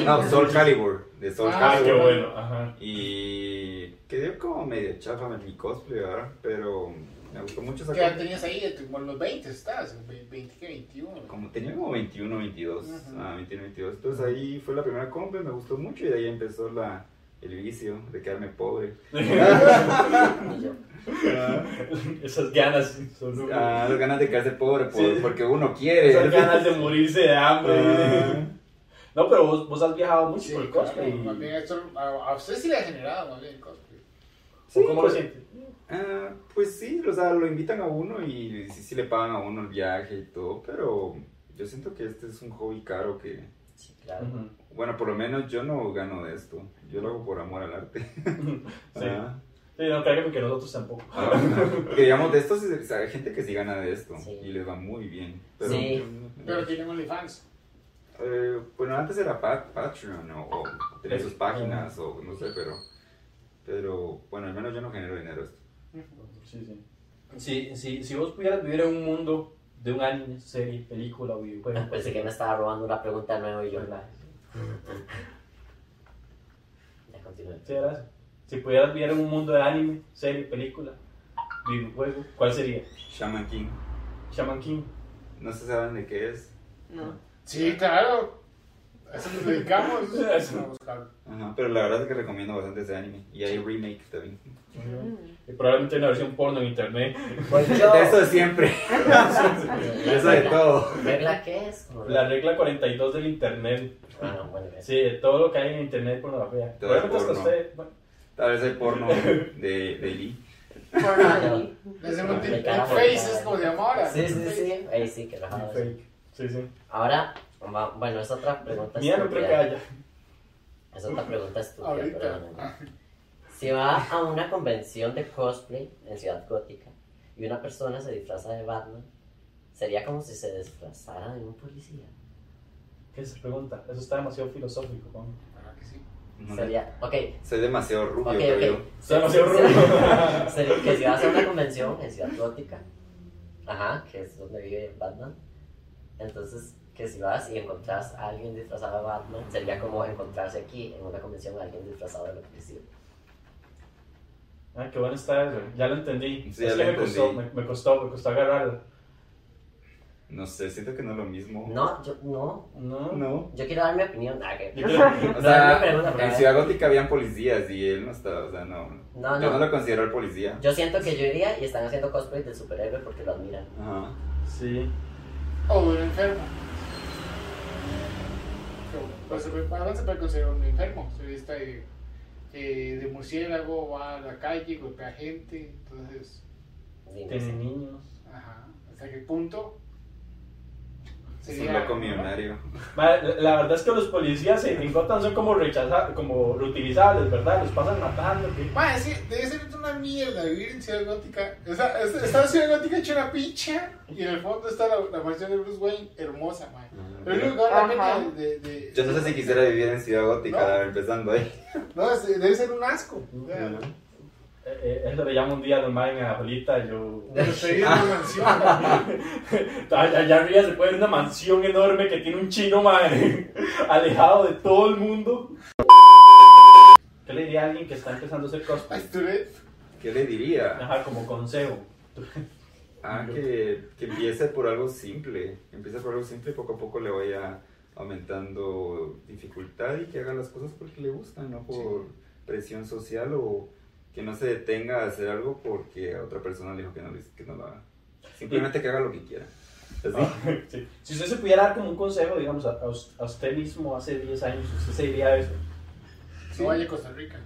[SPEAKER 3] No, Soul Calibur. De Soul
[SPEAKER 4] Ah,
[SPEAKER 2] Ah, qué
[SPEAKER 3] Calibur.
[SPEAKER 2] bueno. Ajá.
[SPEAKER 3] Y quedé como medio chafa en mi cosplay, ¿verdad? Pero me gustó mucho esa
[SPEAKER 4] ¿Qué edad
[SPEAKER 3] cosa.
[SPEAKER 4] tenías ahí? Como en los 20 estás. 20, que 21.
[SPEAKER 3] Como tenía como 21, 22.
[SPEAKER 4] Ajá.
[SPEAKER 3] Ah, 21, 22. Entonces ahí fue la primera compra, me gustó mucho y de ahí empezó la, el vicio de quedarme pobre. Ah.
[SPEAKER 5] Y yo,
[SPEAKER 2] Esas ganas. Son
[SPEAKER 3] Ah, eh, las ganas de quedarse pobre por-
[SPEAKER 2] Sí.
[SPEAKER 3] porque uno quiere.
[SPEAKER 2] Esas ganas de morirse de hambre.
[SPEAKER 3] Ah.
[SPEAKER 2] No, pero vos, vos has viajado mucho
[SPEAKER 4] Sí,
[SPEAKER 2] por el
[SPEAKER 4] claro,
[SPEAKER 2] cosplay.
[SPEAKER 4] más bien esto- a, a usted sí pues. le ha generado más bien el cosplay.
[SPEAKER 2] ¿O ¿Cómo lo sientes?
[SPEAKER 3] Ah, pues sí, o sea, lo invitan a uno y sí, sí le pagan a uno el viaje y todo, pero yo siento que este es un hobby caro que,
[SPEAKER 5] Sí, claro.
[SPEAKER 3] bueno, por lo menos yo no gano de esto, yo lo hago por amor al arte.
[SPEAKER 2] Sí.
[SPEAKER 3] Ah,
[SPEAKER 2] Sí, no, créeme que nosotros tampoco.
[SPEAKER 3] ah, que digamos, de esto sí se- o sea, hay gente que sí gana de esto
[SPEAKER 5] Sí.
[SPEAKER 3] y les va muy bien. Pero,
[SPEAKER 5] Sí.
[SPEAKER 4] Pero tienen OnlyFans.
[SPEAKER 3] Eh, bueno, antes era Pa- Patreon o, o tenía sus páginas o no sé, pero, pero bueno, al menos yo no genero dinero de esto.
[SPEAKER 2] Sí, sí. Sí, sí, si vos pudieras vivir en un mundo de un anime, serie, película o videojuego. pues,
[SPEAKER 5] Pensé que me estaba robando una pregunta nueva y yo la. Ya continúe.
[SPEAKER 2] Sí, era eso. Si pudieras vivir en un mundo de anime, serie, película, videojuego, ¿cuál sería?
[SPEAKER 3] Shaman King,
[SPEAKER 2] Shaman King.
[SPEAKER 3] no se saben de qué es.
[SPEAKER 1] No.
[SPEAKER 4] Sí, claro. A eso nos dedicamos.
[SPEAKER 2] Eso.
[SPEAKER 4] Vamos a buscarlo.
[SPEAKER 3] Ajá, pero la verdad es que recomiendo bastante ese anime. Y hay remake también.
[SPEAKER 2] Y probablemente una versión porno en internet.
[SPEAKER 5] Pues yo.
[SPEAKER 3] De eso de siempre. De eso de todo.
[SPEAKER 5] ¿Regla qué es?
[SPEAKER 2] La regla 42 del internet.
[SPEAKER 5] Ah, bueno, que
[SPEAKER 2] Sí, de todo lo que hay en internet pornografía.
[SPEAKER 3] Todo es
[SPEAKER 2] Probablemente hasta
[SPEAKER 3] porno.
[SPEAKER 2] usted. bueno,
[SPEAKER 3] Tal vez hay porno de, de Lee.
[SPEAKER 1] Porno.
[SPEAKER 4] Le hacemos un
[SPEAKER 5] Me
[SPEAKER 4] tip.
[SPEAKER 5] cago,
[SPEAKER 4] Face
[SPEAKER 5] me cago.
[SPEAKER 4] es como se llama ahora.
[SPEAKER 5] Sí, sí, sí. Ahí sí, que rajado.
[SPEAKER 2] Fake. Ah, Sí, sí.
[SPEAKER 5] Ahora, va- bueno, es otra
[SPEAKER 4] Pues
[SPEAKER 5] pregunta.
[SPEAKER 2] Mía no creo que
[SPEAKER 5] estúpida.
[SPEAKER 2] haya.
[SPEAKER 5] Es otra pregunta estúpida,
[SPEAKER 4] Ahorita.
[SPEAKER 5] pero bueno. Si va a una convención de cosplay en Ciudad Gótica y una persona se disfraza de Batman, sería como si se disfrazara de un policía.
[SPEAKER 2] ¿Qué es esa pregunta? Eso está demasiado filosófico, Juan.
[SPEAKER 4] Ah, que sí.
[SPEAKER 3] No,
[SPEAKER 5] Sería, ok,
[SPEAKER 3] Soy demasiado rubio,
[SPEAKER 5] ok,
[SPEAKER 3] creo
[SPEAKER 5] ok.
[SPEAKER 3] yo.
[SPEAKER 2] Está demasiado rubio.
[SPEAKER 5] Sería que si vas a una convención en Ciudad Gótica, ajá, que es donde vive Batman, entonces que si vas y encontrás a alguien disfrazado de Batman, sería como encontrarse aquí en una convención a alguien disfrazado de la policía.
[SPEAKER 2] Ah, qué bueno está eso. Ya lo entendí.
[SPEAKER 3] Sí,
[SPEAKER 2] es
[SPEAKER 3] ya
[SPEAKER 2] que
[SPEAKER 3] lo
[SPEAKER 2] me costó, me,
[SPEAKER 3] entendí.
[SPEAKER 2] me costó, me costó agarrarlo.
[SPEAKER 3] No sé, siento que no es lo mismo.
[SPEAKER 5] No, yo no,
[SPEAKER 2] No.
[SPEAKER 3] No.
[SPEAKER 5] yo quiero dar mi opinión. Ah, que-
[SPEAKER 2] Yo creo-
[SPEAKER 3] O
[SPEAKER 5] No, no, no, no, no.
[SPEAKER 3] sea, en Ciudad Gótica habían policías y él no estaba, o sea, no.
[SPEAKER 5] Ah, No,
[SPEAKER 3] Yo no
[SPEAKER 5] no.
[SPEAKER 3] lo considero el policía.
[SPEAKER 5] Yo siento que yo iría y están haciendo cosplay del superhéroe porque lo admiran.
[SPEAKER 3] Ajá.
[SPEAKER 2] Sí.
[SPEAKER 4] O un enfermo. Qué bueno. Pues se puede- ahora se puede considerar un enfermo. Se vista de, eh, de murciélago, va a la calle, golpea gente. Entonces,
[SPEAKER 5] Sí, no
[SPEAKER 2] Tiene
[SPEAKER 5] sé.
[SPEAKER 2] niños.
[SPEAKER 4] ajá. ¿Hasta qué punto?
[SPEAKER 3] Es un loco millonario.
[SPEAKER 2] Ma, La, la verdad es que los policías en en Gotham son como rechazados, como reutilizables, ¿verdad? Los pasan matando. ¿qué?
[SPEAKER 4] Ma, es que debe ser una mierda vivir en Ciudad Gótica. O sea, es- está la Ciudad Gótica hecha una pincha y en el fondo está la, la mansión de Bruce Wayne hermosa, man. El único lugar
[SPEAKER 1] Ajá.
[SPEAKER 4] realmente de, de-
[SPEAKER 3] Yo no sé si quisiera vivir en Ciudad Gótica,
[SPEAKER 4] No.
[SPEAKER 3] empezando ahí.
[SPEAKER 4] No, es- debe ser un asco. O sea,
[SPEAKER 2] Eh, eh, eso le llama un día normal en Angelita. Yo.
[SPEAKER 4] Pero estoy en una
[SPEAKER 3] Ah.
[SPEAKER 4] mansión.
[SPEAKER 2] Allá allá arriba se puede ver pues, una mansión enorme que tiene un chino madre, alejado de todo el mundo. ¿Qué le diría a alguien que está empezando a hacer
[SPEAKER 4] Ay,
[SPEAKER 2] cosplay?
[SPEAKER 4] tú eres-
[SPEAKER 3] ¿Qué le diría?
[SPEAKER 2] Ajá, como consejo.
[SPEAKER 3] Ah, que, que empiece por algo simple. Que empiece por algo simple y poco a poco le vaya aumentando dificultad y que haga las cosas porque le gustan, no por presión social o que no se detenga a hacer algo porque a otra persona le dijo que no, le- que no lo haga. Simplemente que haga lo que quiera.
[SPEAKER 5] Ah,
[SPEAKER 3] Así.
[SPEAKER 2] Sí. Si usted se pudiera dar como un consejo, digamos, a, a us- a usted mismo hace 10 años, ¿usted se diría eso?
[SPEAKER 4] No vaya a Costa Rica.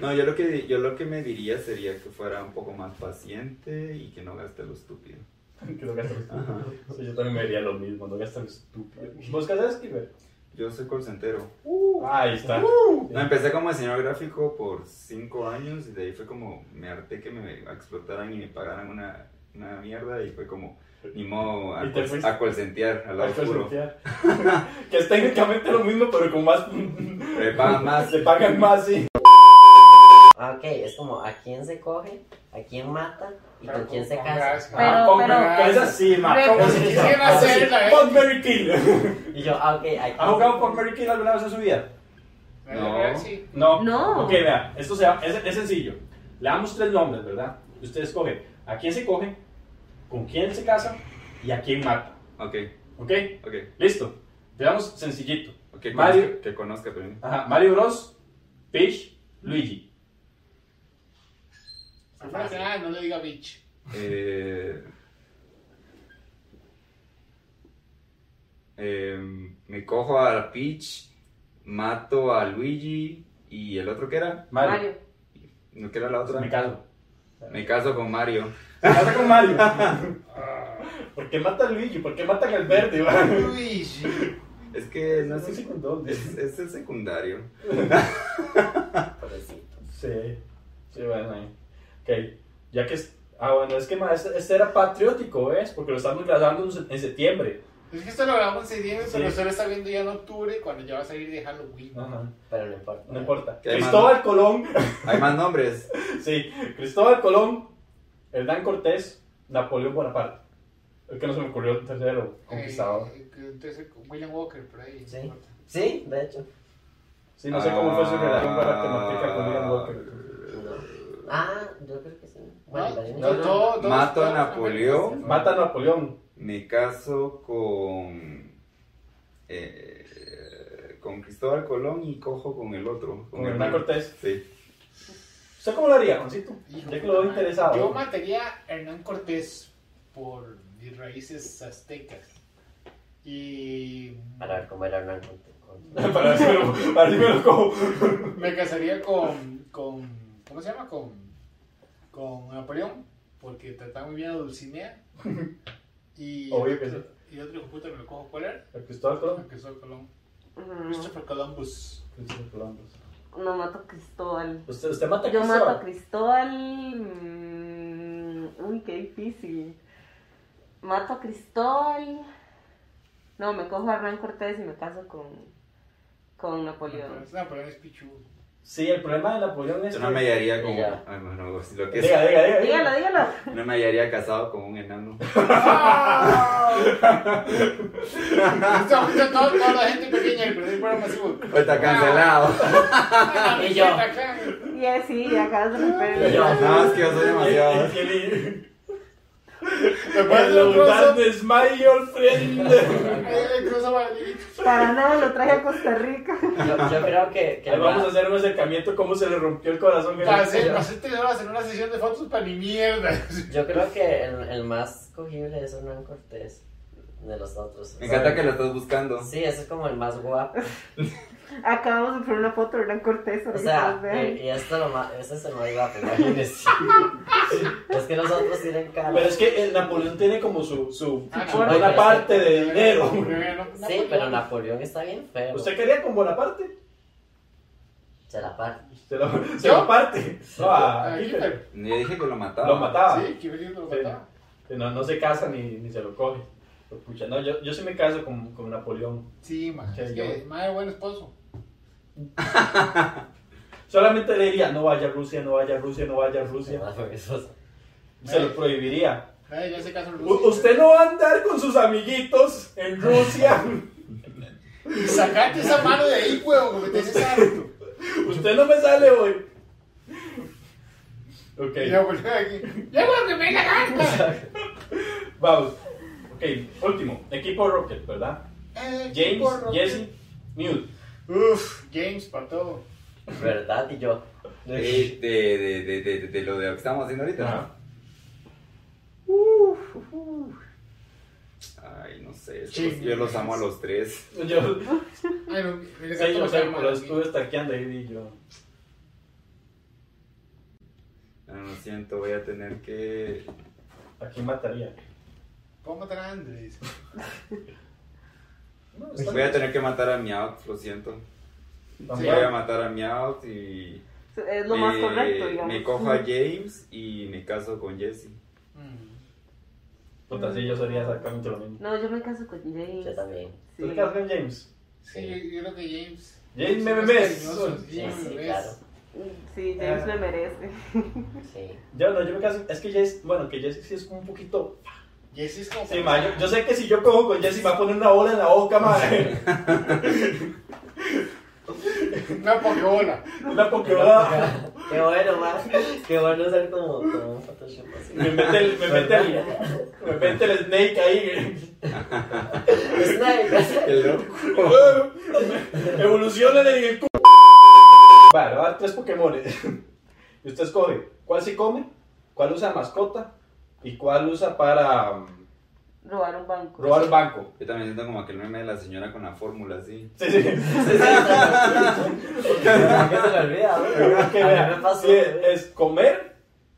[SPEAKER 3] No, yo lo, que, yo lo que me diría sería que fuera un poco más paciente y que no gaste lo estúpido.
[SPEAKER 2] Que no gastan estúpido. Sí, yo también me diría lo mismo, no gastan estúpido. ¿Vos qué haces, Kiber?
[SPEAKER 3] Yo soy colcentero.
[SPEAKER 2] Ah, ahí está.
[SPEAKER 3] No, empecé como diseñador gráfico por cinco años y de ahí fue como me harté que me explotaran y me pagaran una, una mierda y fue como ni modo a,
[SPEAKER 2] Y te
[SPEAKER 3] col-
[SPEAKER 2] fuiste.
[SPEAKER 3] a colcentear al lado
[SPEAKER 2] Hay que
[SPEAKER 3] oscuro.
[SPEAKER 2] sortear. que es técnicamente lo mismo, pero con más.
[SPEAKER 3] Me pagan Eh, más.
[SPEAKER 2] Le pagan más, sí.
[SPEAKER 5] Ah, ok, es como a quién se coge, a quién mata y
[SPEAKER 4] Pero
[SPEAKER 5] con quién se
[SPEAKER 4] con
[SPEAKER 5] casa.
[SPEAKER 4] gas,
[SPEAKER 1] Pero-
[SPEAKER 2] Ah, ponme
[SPEAKER 1] pero-
[SPEAKER 2] la cabeza así, ma.
[SPEAKER 1] Pero-
[SPEAKER 2] Como si quisiera
[SPEAKER 4] Ah, sí.
[SPEAKER 2] hacerla, ¿eh? Fuck, Mary Kill.
[SPEAKER 5] Y yo, ah, ok, ¿a quién
[SPEAKER 2] ¿Ha
[SPEAKER 5] se
[SPEAKER 2] jugado por
[SPEAKER 5] coge?
[SPEAKER 2] Mary Kill alguna vez en su vida?
[SPEAKER 4] En la realidad, sí.
[SPEAKER 2] No.
[SPEAKER 1] No.
[SPEAKER 2] Ok, vea, esto se llama- es, es sencillo. Le damos tres nombres, ¿verdad? Y Usted escoge a quién se coge, con quién se casa y a quién mata.
[SPEAKER 3] Ok,
[SPEAKER 2] ¿Ok?
[SPEAKER 3] ok,
[SPEAKER 2] Listo. Veamos sencillito.
[SPEAKER 3] ok. Que
[SPEAKER 2] Mario.
[SPEAKER 3] conozca, que conozca pero-
[SPEAKER 2] Ajá, Mario Bros, Peach, Luigi.
[SPEAKER 4] Primero que nada, Ah, no le diga bitch.
[SPEAKER 3] Eh, em, me cojo a Peach, mato a Luigi y el otro que era.
[SPEAKER 1] Mario.
[SPEAKER 3] ¿No que era la otra?
[SPEAKER 2] Me caso.
[SPEAKER 3] Me caso con Mario.
[SPEAKER 2] Se casa con Mario. ¿Por qué mata a Luigi? ¿Por qué matan al verde? va?
[SPEAKER 4] Luigi.
[SPEAKER 3] Es que
[SPEAKER 2] No
[SPEAKER 3] no es,
[SPEAKER 2] sé con dónde.
[SPEAKER 3] es, es el secundario.
[SPEAKER 5] Pobrecito.
[SPEAKER 2] Sí, sí, bueno, ahí. Ok, ya que. es- Ah, bueno, es que ma, este, este era patriótico, ¿ves? Porque lo estamos grabando en se- en septiembre.
[SPEAKER 4] Es que esto lo grabamos en septiembre, pero
[SPEAKER 2] Sí.
[SPEAKER 4] usted lo está viendo ya en octubre cuando ya va a salir de Halloween.
[SPEAKER 2] Ajá,
[SPEAKER 5] Pero no importa.
[SPEAKER 2] no importa.
[SPEAKER 3] Qué
[SPEAKER 2] Cristóbal Colón,
[SPEAKER 3] Hay más nombres.
[SPEAKER 2] sí, Cristóbal Colón, Hernán Cortés, Napoleón Bonaparte. Es que no se me ocurrió el tercero conquistador.
[SPEAKER 4] Eh, que entonces, William Walker, por ahí.
[SPEAKER 5] Sí.
[SPEAKER 4] no importa.
[SPEAKER 5] Sí, de hecho.
[SPEAKER 2] Sí, no sé cómo fue su
[SPEAKER 3] Ah.
[SPEAKER 2] relación con la temática con William Walker.
[SPEAKER 5] No. Ah, yo creo que sí.
[SPEAKER 4] No,
[SPEAKER 5] Bueno,
[SPEAKER 4] no, todo- todo-
[SPEAKER 3] Mato a
[SPEAKER 4] todo-
[SPEAKER 3] Napoleón.
[SPEAKER 2] Mata a Napoleón.
[SPEAKER 3] Me caso con. eh, con Cristóbal Colón y cojo con el otro.
[SPEAKER 2] Con Hernán Cortés.
[SPEAKER 3] Sí.
[SPEAKER 2] ¿Usted cómo lo haría, Juancito? Ya
[SPEAKER 4] Hijo
[SPEAKER 2] que
[SPEAKER 4] de
[SPEAKER 2] lo veo
[SPEAKER 4] madre.
[SPEAKER 2] interesado.
[SPEAKER 4] Yo mataría a Hernán Cortés por mis raíces aztecas. Y
[SPEAKER 5] Para ver cómo era Hernán Cortés.
[SPEAKER 2] Para ver si me lo- para ver si me lo cojo.
[SPEAKER 4] me casaría con, con ¿cómo se llama? Con, con Napoleón, porque trataba muy bien a Dulcinea. Y,
[SPEAKER 2] Obvio que sí.
[SPEAKER 4] y otro hijo de puta me lo cojo, ¿cuál era?
[SPEAKER 2] ¿A Cristóbal Colón?
[SPEAKER 4] Que soy Colón.
[SPEAKER 1] Mm,
[SPEAKER 4] Christopher Columbus.
[SPEAKER 2] Cristóbal Colón. pues.
[SPEAKER 1] No mato a Cristóbal.
[SPEAKER 2] ¿Usted, usted mata a
[SPEAKER 1] Yo
[SPEAKER 2] Cristóbal?
[SPEAKER 1] mato a Cristóbal. mm, Uy, qué difícil. Mato a Cristóbal. No, me cojo a Hernán Cortés y me caso con, con Napoleón.
[SPEAKER 4] Napoleón es pichu.
[SPEAKER 2] Sí, el problema de Napoleón es.
[SPEAKER 3] Yo no
[SPEAKER 2] que-
[SPEAKER 3] me hallaría con.
[SPEAKER 5] Ya.
[SPEAKER 3] Ay, bueno, lo que
[SPEAKER 2] Diga,
[SPEAKER 3] es.
[SPEAKER 2] diga, diga.
[SPEAKER 1] Dígalo, dígalo.
[SPEAKER 3] No me hallaría casado con un enano.
[SPEAKER 4] Toda, toda la gente pequeña, el primer programa masivo.
[SPEAKER 3] Pues Está cancelado.
[SPEAKER 5] Y yo.
[SPEAKER 1] Y así, sí, acabas de romper el
[SPEAKER 5] Yo.
[SPEAKER 1] hielo.
[SPEAKER 3] No, es que yo soy demasiado. pues,
[SPEAKER 2] El- el-
[SPEAKER 4] Me
[SPEAKER 2] El el
[SPEAKER 4] parece un trozo.
[SPEAKER 2] abundante es mayor friend.
[SPEAKER 4] Ahí le cruzo para mí.
[SPEAKER 1] Para nada lo traje a Costa Rica.
[SPEAKER 5] Yo, yo creo que. que
[SPEAKER 2] Ahí vamos a
[SPEAKER 5] ma-
[SPEAKER 2] hacer un acercamiento cómo se le rompió el corazón.
[SPEAKER 4] Para hacer, para hacer tres horas en una sesión de fotos para ni mierda.
[SPEAKER 5] Yo creo que el, el más cogible es Hernán Cortés. De los otros.
[SPEAKER 3] Me encanta que lo estás buscando.
[SPEAKER 5] Sí, ese es como el más guapo.
[SPEAKER 1] Acabamos de poner una foto de Hernán Cortés.
[SPEAKER 5] O
[SPEAKER 1] ahorita
[SPEAKER 5] sea, eh,
[SPEAKER 1] las vean.
[SPEAKER 5] y, y esto lo ma- ese es el más guapo, imagínense. es que los otros tienen cara.
[SPEAKER 2] Pero es que el Napoleón tiene como su, su,
[SPEAKER 4] Ah,
[SPEAKER 2] su
[SPEAKER 5] no,
[SPEAKER 2] buena
[SPEAKER 5] pero-
[SPEAKER 2] parte de dinero.
[SPEAKER 5] Sí, pero Napoleón está bien feo.
[SPEAKER 2] ¿Usted quería con Bonaparte?
[SPEAKER 5] Se la par.
[SPEAKER 2] Se lo, se
[SPEAKER 4] ¿Yo?
[SPEAKER 2] lo parte. No, Ah, a
[SPEAKER 4] Ah,
[SPEAKER 2] Hitler.
[SPEAKER 4] Hitler.
[SPEAKER 3] Yo dije que lo mataba.
[SPEAKER 2] Lo mataba.
[SPEAKER 4] Sí, que feliz lo mataba.
[SPEAKER 2] Que No, no se casa ni, ni se lo coge. Pero, pucha, no, yo, yo sí me caso con, con Napoleón.
[SPEAKER 4] Sí, man.
[SPEAKER 2] Sí,
[SPEAKER 4] Es que,
[SPEAKER 2] yo.
[SPEAKER 4] madre, buen esposo.
[SPEAKER 2] Solamente le diría, no vaya a Rusia, no vaya a Rusia, no vaya a Rusia. Se lo prohibiría.
[SPEAKER 4] Nadie ya se casó en
[SPEAKER 2] U-
[SPEAKER 4] Rusia.
[SPEAKER 2] usted no va a andar con sus amiguitos en Rusia.
[SPEAKER 4] Y sacate esa mano de ahí, huevo, que me tenés harto.
[SPEAKER 2] Usted no me sale hoy. Ok,
[SPEAKER 4] Y la volví aquí. ¡Ya, huevo, que me la
[SPEAKER 2] vamos. Ok, último. Equipo Rocket, ¿verdad? James, Jesse, Newt.
[SPEAKER 4] Uf, James, para todo.
[SPEAKER 5] ¿Verdad? Y yo.
[SPEAKER 3] Eh, De, de, de, de, de, de lo de lo que estamos haciendo ahorita.
[SPEAKER 2] Ajá.
[SPEAKER 3] Uf, uf. Ay, no sé. es que los- yo los amo a los tres.
[SPEAKER 2] Yo,
[SPEAKER 4] Ay, no, me le
[SPEAKER 2] sí,
[SPEAKER 4] encantó
[SPEAKER 2] yo
[SPEAKER 4] la
[SPEAKER 2] sé,
[SPEAKER 4] cara,
[SPEAKER 2] pero
[SPEAKER 4] man.
[SPEAKER 2] estuve stalkeando ahí y yo.
[SPEAKER 3] Ah, Lo siento, voy a tener que.
[SPEAKER 2] ¿A quién mataría?
[SPEAKER 4] ¿Cómo matar a Andrés?
[SPEAKER 2] No, está
[SPEAKER 3] Voy a
[SPEAKER 2] bien.
[SPEAKER 3] tener que matar a Meowth, lo siento.
[SPEAKER 2] Tampoco.
[SPEAKER 3] Voy a matar a Meowth y.
[SPEAKER 1] Es lo más
[SPEAKER 3] me-
[SPEAKER 1] correcto, digamos.
[SPEAKER 3] eh, Me cojo a James y me caso con Jesse.
[SPEAKER 4] Mm.
[SPEAKER 2] Puta, sí, yo sería exactamente lo mismo.
[SPEAKER 1] No, yo me caso con James.
[SPEAKER 5] Yo también.
[SPEAKER 2] ¿Tú
[SPEAKER 1] Sí.
[SPEAKER 2] te casas con James?
[SPEAKER 4] Sí, yo, yo creo que James.
[SPEAKER 2] James me
[SPEAKER 4] Más
[SPEAKER 2] memes.
[SPEAKER 4] cariñoso, sí,
[SPEAKER 5] Sí, sí,
[SPEAKER 4] memes.
[SPEAKER 5] claro.
[SPEAKER 1] Sí, James
[SPEAKER 2] Ah.
[SPEAKER 1] me merece.
[SPEAKER 5] Sí.
[SPEAKER 2] Yo no, yo me caso. Es que Jesse, bueno, que Jesse sí es como un poquito.
[SPEAKER 4] Jesse es como.
[SPEAKER 2] Sí, ma, yo, yo sé que si yo cojo con Jesse me va a poner una bola en la boca, madre.
[SPEAKER 4] Una pokebola.
[SPEAKER 2] Una pokebola.
[SPEAKER 5] Qué bueno, man. Qué bueno ser como, como un Photoshop así.
[SPEAKER 2] Me mete el, me mete el, me mete el snake ahí.
[SPEAKER 5] Snake.
[SPEAKER 3] ¡Qué loco!
[SPEAKER 2] Evoluciona en el cu- Vale, le voy a dar tres Pokémones. Y usted escoge cuál se come, cuál usa de mascota y cuál usa para, um,
[SPEAKER 1] Robar un banco.
[SPEAKER 2] Robar un banco.
[SPEAKER 3] Yo también siento como aquel meme de la señora con la fórmula así.
[SPEAKER 2] Sí, sí.
[SPEAKER 5] ¿Por qué se me olvida, güey?
[SPEAKER 2] Que
[SPEAKER 5] A mí
[SPEAKER 2] vea,
[SPEAKER 5] me pasó,
[SPEAKER 2] sí,
[SPEAKER 5] güey.
[SPEAKER 2] es comer,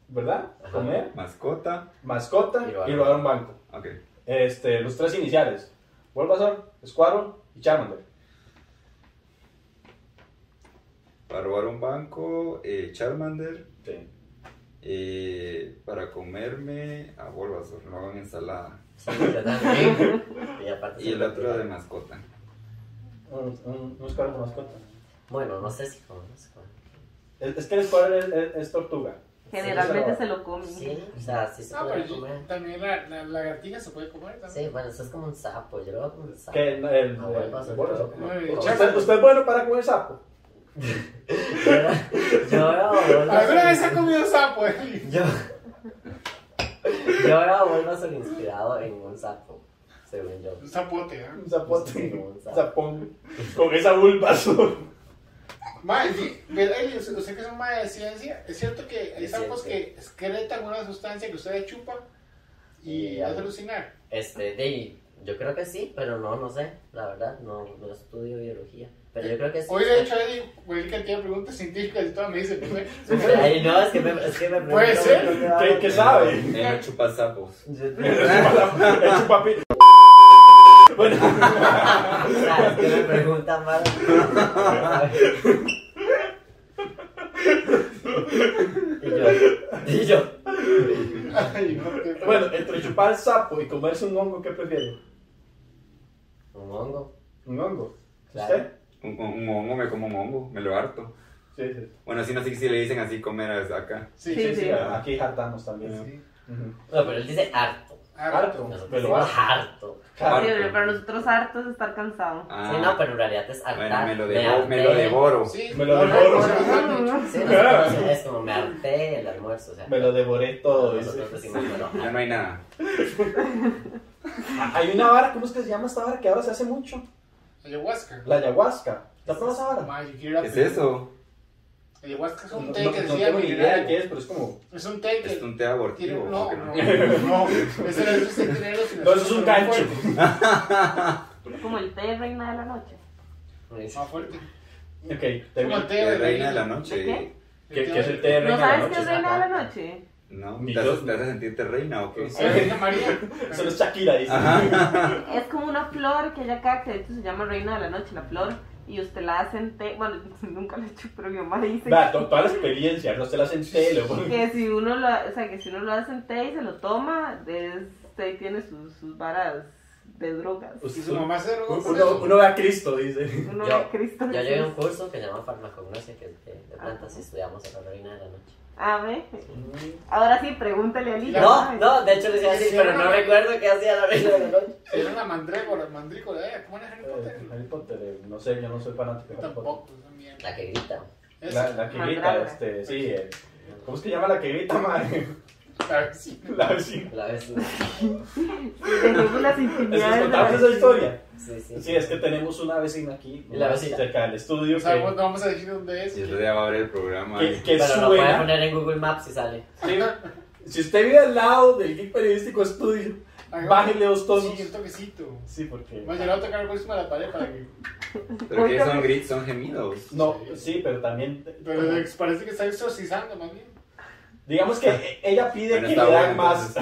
[SPEAKER 2] ¿verdad? Comer,
[SPEAKER 3] Mascota.
[SPEAKER 2] mascota
[SPEAKER 5] Y
[SPEAKER 2] y
[SPEAKER 5] robar.
[SPEAKER 2] robar un banco.
[SPEAKER 3] Ok.
[SPEAKER 2] Este, los tres iniciales. Bulbasaur, Squirtle y Charmander.
[SPEAKER 3] Para robar un banco, eh, Charmander.
[SPEAKER 2] Sí.
[SPEAKER 3] eh, para comerme a Bulbasaur, lo hago en ensalada.
[SPEAKER 5] Sí, yo también. Y aparte
[SPEAKER 3] Y el
[SPEAKER 5] siempre-
[SPEAKER 3] otro de mascota.
[SPEAKER 2] Un, un, un Squirtle mascota.
[SPEAKER 5] Bueno, no sé si conozco.
[SPEAKER 2] Es, es que el Squirtle es, es- es tortuga.
[SPEAKER 1] Generalmente se lo comen.
[SPEAKER 5] Sí, o sea, sí se
[SPEAKER 4] No, pero
[SPEAKER 5] puede
[SPEAKER 4] yo-
[SPEAKER 5] comer.
[SPEAKER 4] también la, la lagartija se puede comer también.
[SPEAKER 5] Sí, bueno, eso es como un sapo. Yo lo veo como un sapo.
[SPEAKER 2] Que el, el, el-
[SPEAKER 5] Ah, Bulbasaur,
[SPEAKER 2] el Bulbasaur.
[SPEAKER 5] claro.
[SPEAKER 4] Ay,
[SPEAKER 5] Como-
[SPEAKER 4] Charmander.
[SPEAKER 2] ¿Usted, usted es bueno para comer sapo.
[SPEAKER 5] Yo veo a Bulbasaur-
[SPEAKER 4] ¿Alguna vez ha comido sapo, eh. Eli?
[SPEAKER 5] Yo. Yo veo a Bulbasaur inspirado en un sapo, según yo.
[SPEAKER 4] Un sapote, ¿eh?
[SPEAKER 2] Un zapote.
[SPEAKER 5] Como un sapo.
[SPEAKER 2] Zapón. Con esa Bulbasaur.
[SPEAKER 4] Mae, sí, pero eh, Eli, usted, usted que es un mae de ciencia, es cierto que hay
[SPEAKER 5] Es
[SPEAKER 4] sapos
[SPEAKER 5] cierto.
[SPEAKER 4] que excretan una sustancia que usted chupa y
[SPEAKER 5] Y
[SPEAKER 4] hace
[SPEAKER 5] al-
[SPEAKER 4] alucinar.
[SPEAKER 5] Este, de, yo creo que sí, pero no, no sé, la verdad, no, no estudio biología. Pero yo creo que sí.
[SPEAKER 4] Hoy, de hecho, Eli, güey, que tiene preguntas científicas y todo, me dice, pues,
[SPEAKER 5] Ay, no, es que me, es que me
[SPEAKER 4] Puede
[SPEAKER 5] pregunto
[SPEAKER 4] ser.
[SPEAKER 5] mucho de
[SPEAKER 2] ¿Qué,
[SPEAKER 5] algo.
[SPEAKER 2] qué sabe?
[SPEAKER 3] Él chupa sapos.
[SPEAKER 5] Yo-
[SPEAKER 2] Es un papi. Bueno,
[SPEAKER 5] Ah, es que me preguntan mal. y yo, y yo.
[SPEAKER 4] Ay, no, qué feo.
[SPEAKER 2] bueno, entre chupar sapo y comerse un hongo, ¿qué prefiere?
[SPEAKER 5] Un hongo.
[SPEAKER 2] ¿Un hongo?
[SPEAKER 5] Claro.
[SPEAKER 2] ¿Usted?
[SPEAKER 3] Un, un- un hongo, me como un hongo, me lo harto.
[SPEAKER 2] Sí, sí.
[SPEAKER 3] Bueno, así no sé si le dicen así comer a- acá.
[SPEAKER 4] Sí,
[SPEAKER 1] Sí,
[SPEAKER 4] sí,
[SPEAKER 1] sí.
[SPEAKER 4] sí.
[SPEAKER 2] Aquí hartamos también.
[SPEAKER 4] Sí.
[SPEAKER 2] Ujú.
[SPEAKER 5] No, pero él dice harto.
[SPEAKER 4] Harto.
[SPEAKER 5] Nosotros
[SPEAKER 2] Pero
[SPEAKER 5] decimos
[SPEAKER 2] harto.
[SPEAKER 5] harto.
[SPEAKER 1] Sí, pero para nosotros hartos estar cansado.
[SPEAKER 3] Ah,
[SPEAKER 5] Sí, no, pero en realidad es hartar.
[SPEAKER 3] bueno, me lo,
[SPEAKER 5] me
[SPEAKER 3] devo- me lo
[SPEAKER 5] harté.
[SPEAKER 3] devoro.
[SPEAKER 4] pues, Sí, Ah,
[SPEAKER 2] Me lo
[SPEAKER 4] no,
[SPEAKER 2] devoro.
[SPEAKER 4] no, no, no, no.
[SPEAKER 5] Sí, nosotros decimos, es como me harté el almuerzo. O sea,
[SPEAKER 2] Me lo devoré todo.
[SPEAKER 5] Ah, nosotros
[SPEAKER 2] dice.
[SPEAKER 5] decimos, bueno,
[SPEAKER 3] Ya no hay nada.
[SPEAKER 2] Ah, Hay una vara, ¿cómo es que se llama esta vara que ahora se hace mucho?
[SPEAKER 4] Ayahuasca.
[SPEAKER 2] La ayahuasca. ¿Te probado esa vara?
[SPEAKER 4] Mae, yo quiero ir a
[SPEAKER 3] ¿Qué es eso?
[SPEAKER 4] Ayahuasca es
[SPEAKER 2] No,
[SPEAKER 4] un
[SPEAKER 2] no-
[SPEAKER 4] té que
[SPEAKER 2] no
[SPEAKER 4] decía
[SPEAKER 2] tengo ni
[SPEAKER 4] mi
[SPEAKER 2] idea de
[SPEAKER 4] gran-
[SPEAKER 2] qué es, pero es como.
[SPEAKER 4] Es un té
[SPEAKER 3] Es
[SPEAKER 4] que.
[SPEAKER 3] un té
[SPEAKER 4] tiene-
[SPEAKER 3] abortivo.
[SPEAKER 4] No,
[SPEAKER 3] ¿o qué
[SPEAKER 4] no, no. Ese era el centenero.
[SPEAKER 2] No, eso es un gancho.
[SPEAKER 1] Es como el té de reina de la noche.
[SPEAKER 4] Más fuerte.
[SPEAKER 2] Ok,
[SPEAKER 4] Como
[SPEAKER 2] termina.
[SPEAKER 4] el té
[SPEAKER 3] La
[SPEAKER 4] de
[SPEAKER 3] reina de la
[SPEAKER 1] ¿De
[SPEAKER 3] noche.
[SPEAKER 1] qué?
[SPEAKER 2] ¿Qué, qué es el té de
[SPEAKER 1] ¿No
[SPEAKER 2] reina de la
[SPEAKER 1] sabes qué
[SPEAKER 2] noche?
[SPEAKER 1] es reina de la noche?
[SPEAKER 3] ¿No?
[SPEAKER 2] Ni
[SPEAKER 3] ¿Te hace,
[SPEAKER 2] yo-
[SPEAKER 3] te hace sentirte reina o qué?
[SPEAKER 4] La reina María.
[SPEAKER 2] Eso no es Shakira, dice.
[SPEAKER 1] Es como una flor que hay acá, que de hecho se llama reina de la noche, la flor. Y usted la hace en té. Bueno, nunca lo he hecho, pero mi mamá dice
[SPEAKER 2] Vea, to- toda la experiencia, no se la hacen té, le ponen-
[SPEAKER 1] que si uno lo, o sea, que si uno lo hace en té y se lo toma, es, té tiene sus, sus varas de drogas.
[SPEAKER 4] Y su mamá se drogó por
[SPEAKER 2] Uno,
[SPEAKER 4] eso.
[SPEAKER 2] uno ve a Cristo, dice.
[SPEAKER 1] Uno
[SPEAKER 5] Yo-
[SPEAKER 1] ve a Cristo.
[SPEAKER 5] Yo llegué a un curso que se llama farmacognosia, que es de, de plantas, y estudiamos a la reina de la noche.
[SPEAKER 1] A ver. Ahora sí, pregúntale a Lili.
[SPEAKER 5] No, no, de hecho le decía así,
[SPEAKER 4] Sí,
[SPEAKER 5] pero
[SPEAKER 4] no,
[SPEAKER 5] no
[SPEAKER 4] no.
[SPEAKER 5] recuerdo qué hacía la reina de la noche.
[SPEAKER 4] Era una mandrícola, mandrícola. eh, ¿Cómo era Harry Potter?
[SPEAKER 2] Eh, Harry Potter, eh, no sé, yo no soy fanático de
[SPEAKER 4] Yo
[SPEAKER 2] Harry Potter.
[SPEAKER 4] tampoco, esa mierda.
[SPEAKER 5] La que grita.
[SPEAKER 2] Eh, La, la que grita,
[SPEAKER 1] Mandragora.
[SPEAKER 2] este, sí. eh, ¿Cómo es que llama la que grita, madre?
[SPEAKER 4] Claro, sí.
[SPEAKER 2] La vecina.
[SPEAKER 5] La vez.
[SPEAKER 1] Tenemos las
[SPEAKER 2] ¿Es que
[SPEAKER 1] intimidades. de la
[SPEAKER 2] contamos esa
[SPEAKER 1] vecina.
[SPEAKER 2] historia?
[SPEAKER 5] Sí, sí.
[SPEAKER 2] Sí, es que tenemos una vecina aquí,
[SPEAKER 5] Y la vecina.
[SPEAKER 2] cerca del estudio,
[SPEAKER 4] No sabemos,
[SPEAKER 2] que,
[SPEAKER 4] pues, no vamos a decir dónde es.
[SPEAKER 3] Y otro día va a abrir el programa.
[SPEAKER 2] que, que
[SPEAKER 5] Pero lo puede
[SPEAKER 2] suena.
[SPEAKER 5] poner en Google Maps y sale.
[SPEAKER 2] Sí, Si usted vive al lado del Geek Periodístico Estudio,
[SPEAKER 4] Hagamos-
[SPEAKER 2] bájele dos tonos.
[SPEAKER 4] Sí, un toquecito.
[SPEAKER 2] Sí, porque...
[SPEAKER 4] Bueno, yo le voy a tocar el próximo a la pared para que.
[SPEAKER 3] Pero que son grits, son gemidos.
[SPEAKER 2] No, sí, pero también...
[SPEAKER 4] Pero eh, parece que está exorcizando más bien.
[SPEAKER 2] Digamos que ella pide
[SPEAKER 3] Bueno,
[SPEAKER 2] que le
[SPEAKER 3] está
[SPEAKER 2] dan
[SPEAKER 3] bueno,
[SPEAKER 2] más.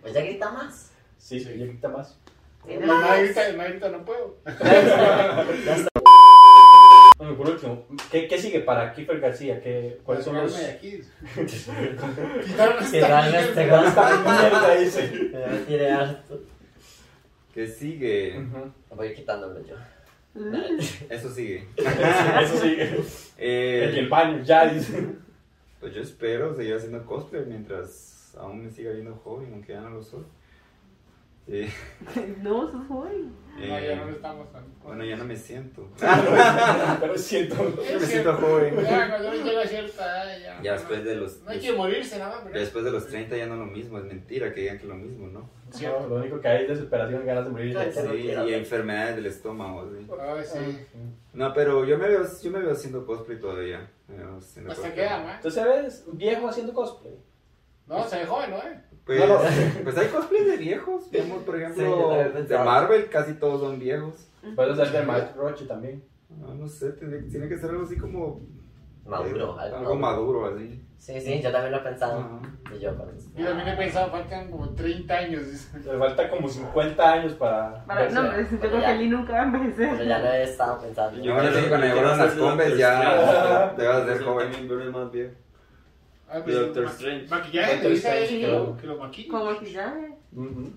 [SPEAKER 5] Pues ya grita más.
[SPEAKER 2] Sí, sí, ella grita más.
[SPEAKER 4] Y el mae grita, el mae grita, no puedo.
[SPEAKER 2] Bueno, por último, ¿qué, qué sigue para Kiefer García? ¿Qué, ¿Cuáles son los...?
[SPEAKER 4] Sacarme de aquí. Quitaron
[SPEAKER 5] Que realmente
[SPEAKER 4] esta.
[SPEAKER 5] gosta.
[SPEAKER 2] Esta mierda, dice.
[SPEAKER 5] Me tiene harto.
[SPEAKER 3] ¿Qué sigue?
[SPEAKER 5] Voy a ir quitándolo yo.
[SPEAKER 3] Eso sigue.
[SPEAKER 2] Eso sigue.
[SPEAKER 3] Eh,
[SPEAKER 2] El, el baño, ya, dice.
[SPEAKER 3] Pues yo espero seguir haciendo cosplay mientras aún me siga viendo joven, aunque ya no lo soy. Sí,
[SPEAKER 1] No, sos joven.
[SPEAKER 4] No, ya no lo
[SPEAKER 3] eh,
[SPEAKER 4] estamos tan.
[SPEAKER 3] bueno, ya no me siento.
[SPEAKER 2] Pero siento...
[SPEAKER 3] Yo me siento joven.
[SPEAKER 4] Ya, cuando uno llega a cierta edad, ya.
[SPEAKER 3] Ya después de los-
[SPEAKER 4] No hay que morirse nada, pero.
[SPEAKER 3] Después de los 30 ya no es lo mismo, es mentira que digan que es lo mismo, ¿no?
[SPEAKER 2] No, lo único que hay es desesperación y ganas de morir.
[SPEAKER 5] Ay,
[SPEAKER 3] Sí,
[SPEAKER 5] no quiero.
[SPEAKER 3] y enfermedades del estómago, sí.
[SPEAKER 4] Ay, Ah, sí.
[SPEAKER 3] No, pero yo me veo, yo me veo haciendo cosplay todavía. Me veo haciendo
[SPEAKER 4] Hasta
[SPEAKER 3] cosplay.
[SPEAKER 4] queda, mae.
[SPEAKER 2] Entonces ves viejo haciendo cosplay.
[SPEAKER 4] No, se ve joven, ¿no? eh?
[SPEAKER 3] Pues,
[SPEAKER 2] No, no.
[SPEAKER 3] pues hay cosplay de viejos. Vemos, por
[SPEAKER 5] yo
[SPEAKER 3] ejemplo,
[SPEAKER 5] también
[SPEAKER 3] de
[SPEAKER 5] pensaba.
[SPEAKER 3] Marvel, casi todos son viejos.
[SPEAKER 2] Puedes hacer de Matt Roche también.
[SPEAKER 3] No, no sé, tiene, tiene que ser algo así como.
[SPEAKER 5] Maduro,
[SPEAKER 3] eh,
[SPEAKER 5] algo
[SPEAKER 3] algo
[SPEAKER 5] maduro.
[SPEAKER 3] maduro, así.
[SPEAKER 5] Sí, sí, yo también lo he pensado.
[SPEAKER 3] Ajá.
[SPEAKER 5] Y yo cuando.
[SPEAKER 4] Yo también he pensado, faltan como 30 años. dice.
[SPEAKER 2] Le falta como 50 años para.
[SPEAKER 1] Para, no,
[SPEAKER 2] verse.
[SPEAKER 1] hombre, yo creo que Lee nunca va a
[SPEAKER 5] Pero
[SPEAKER 1] envejecer.
[SPEAKER 5] ya lo he estado pensando.
[SPEAKER 3] Yo ahora sí, cuando
[SPEAKER 6] quiero
[SPEAKER 3] llevaron las
[SPEAKER 6] hacer la
[SPEAKER 3] combes
[SPEAKER 6] tercera.
[SPEAKER 3] ya te vas a hacer
[SPEAKER 6] Quiero
[SPEAKER 3] joven.
[SPEAKER 6] también verme más viejo.
[SPEAKER 4] Ah,
[SPEAKER 6] De Doctor
[SPEAKER 4] ma-
[SPEAKER 6] Strange.
[SPEAKER 4] Maquillaje, te
[SPEAKER 6] Doctor
[SPEAKER 4] dice
[SPEAKER 6] Strange,
[SPEAKER 4] ahí que
[SPEAKER 1] claro.
[SPEAKER 4] lo- que lo maquille.
[SPEAKER 1] Con maquillaje.
[SPEAKER 2] Ujú.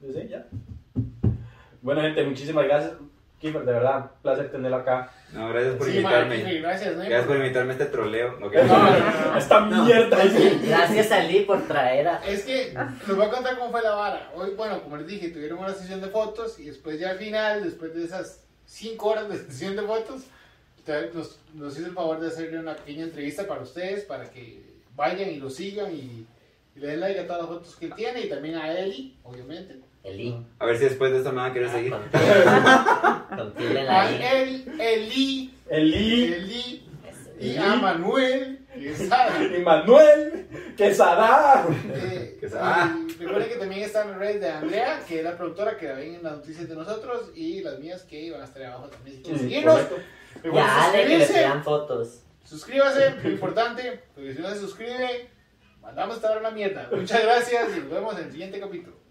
[SPEAKER 2] Pues sí, ya. Bueno, gente, muchísimas gracias. Kiefer, de verdad, un placer tenerlo acá.
[SPEAKER 3] No, gracias por
[SPEAKER 4] Sí, ma, sí,
[SPEAKER 3] invitarme.
[SPEAKER 4] gracias, ¿no?
[SPEAKER 3] Gracias por invitarme a este troleo. No,
[SPEAKER 4] No, no, no, no.
[SPEAKER 2] Esta mierda.
[SPEAKER 5] Gracias a Lee por traer a.
[SPEAKER 4] Es que les voy a contar cómo fue la vara. Hoy, bueno, como les dije, tuvieron una sesión de fotos y después ya al final, después de esas 5 horas de sesión de fotos, usted nos, nos hizo el favor de hacerle una pequeña entrevista para ustedes, para que vayan y lo sigan y, y le den like a todas las fotos que tiene y también a Eli, obviamente.
[SPEAKER 5] El Lee.
[SPEAKER 3] A ver si después de esto me van a querer seguir.
[SPEAKER 5] Con tilde- con tilde en la
[SPEAKER 4] A
[SPEAKER 5] I.
[SPEAKER 4] Eli, Eli,
[SPEAKER 2] Eli
[SPEAKER 4] Eli
[SPEAKER 5] Eso.
[SPEAKER 4] y a Manuel, que es Sara.
[SPEAKER 2] y Manuel Quesada.
[SPEAKER 4] Eh,
[SPEAKER 3] Que se- ah.
[SPEAKER 4] y Recuerden que también está en las redes de Andrea, que es la productora que la ven en las noticias de nosotros, y las mías que van a estar abajo también. Si quieren seguirnos,
[SPEAKER 2] Correcto.
[SPEAKER 4] recuerden
[SPEAKER 5] Ya, Ale, que le
[SPEAKER 4] suscribirse,
[SPEAKER 5] tiran fotos.
[SPEAKER 4] suscríbase, muy importante, porque si no se suscribe, mandamos a estar la mierda. Muchas gracias y nos vemos en el siguiente capítulo.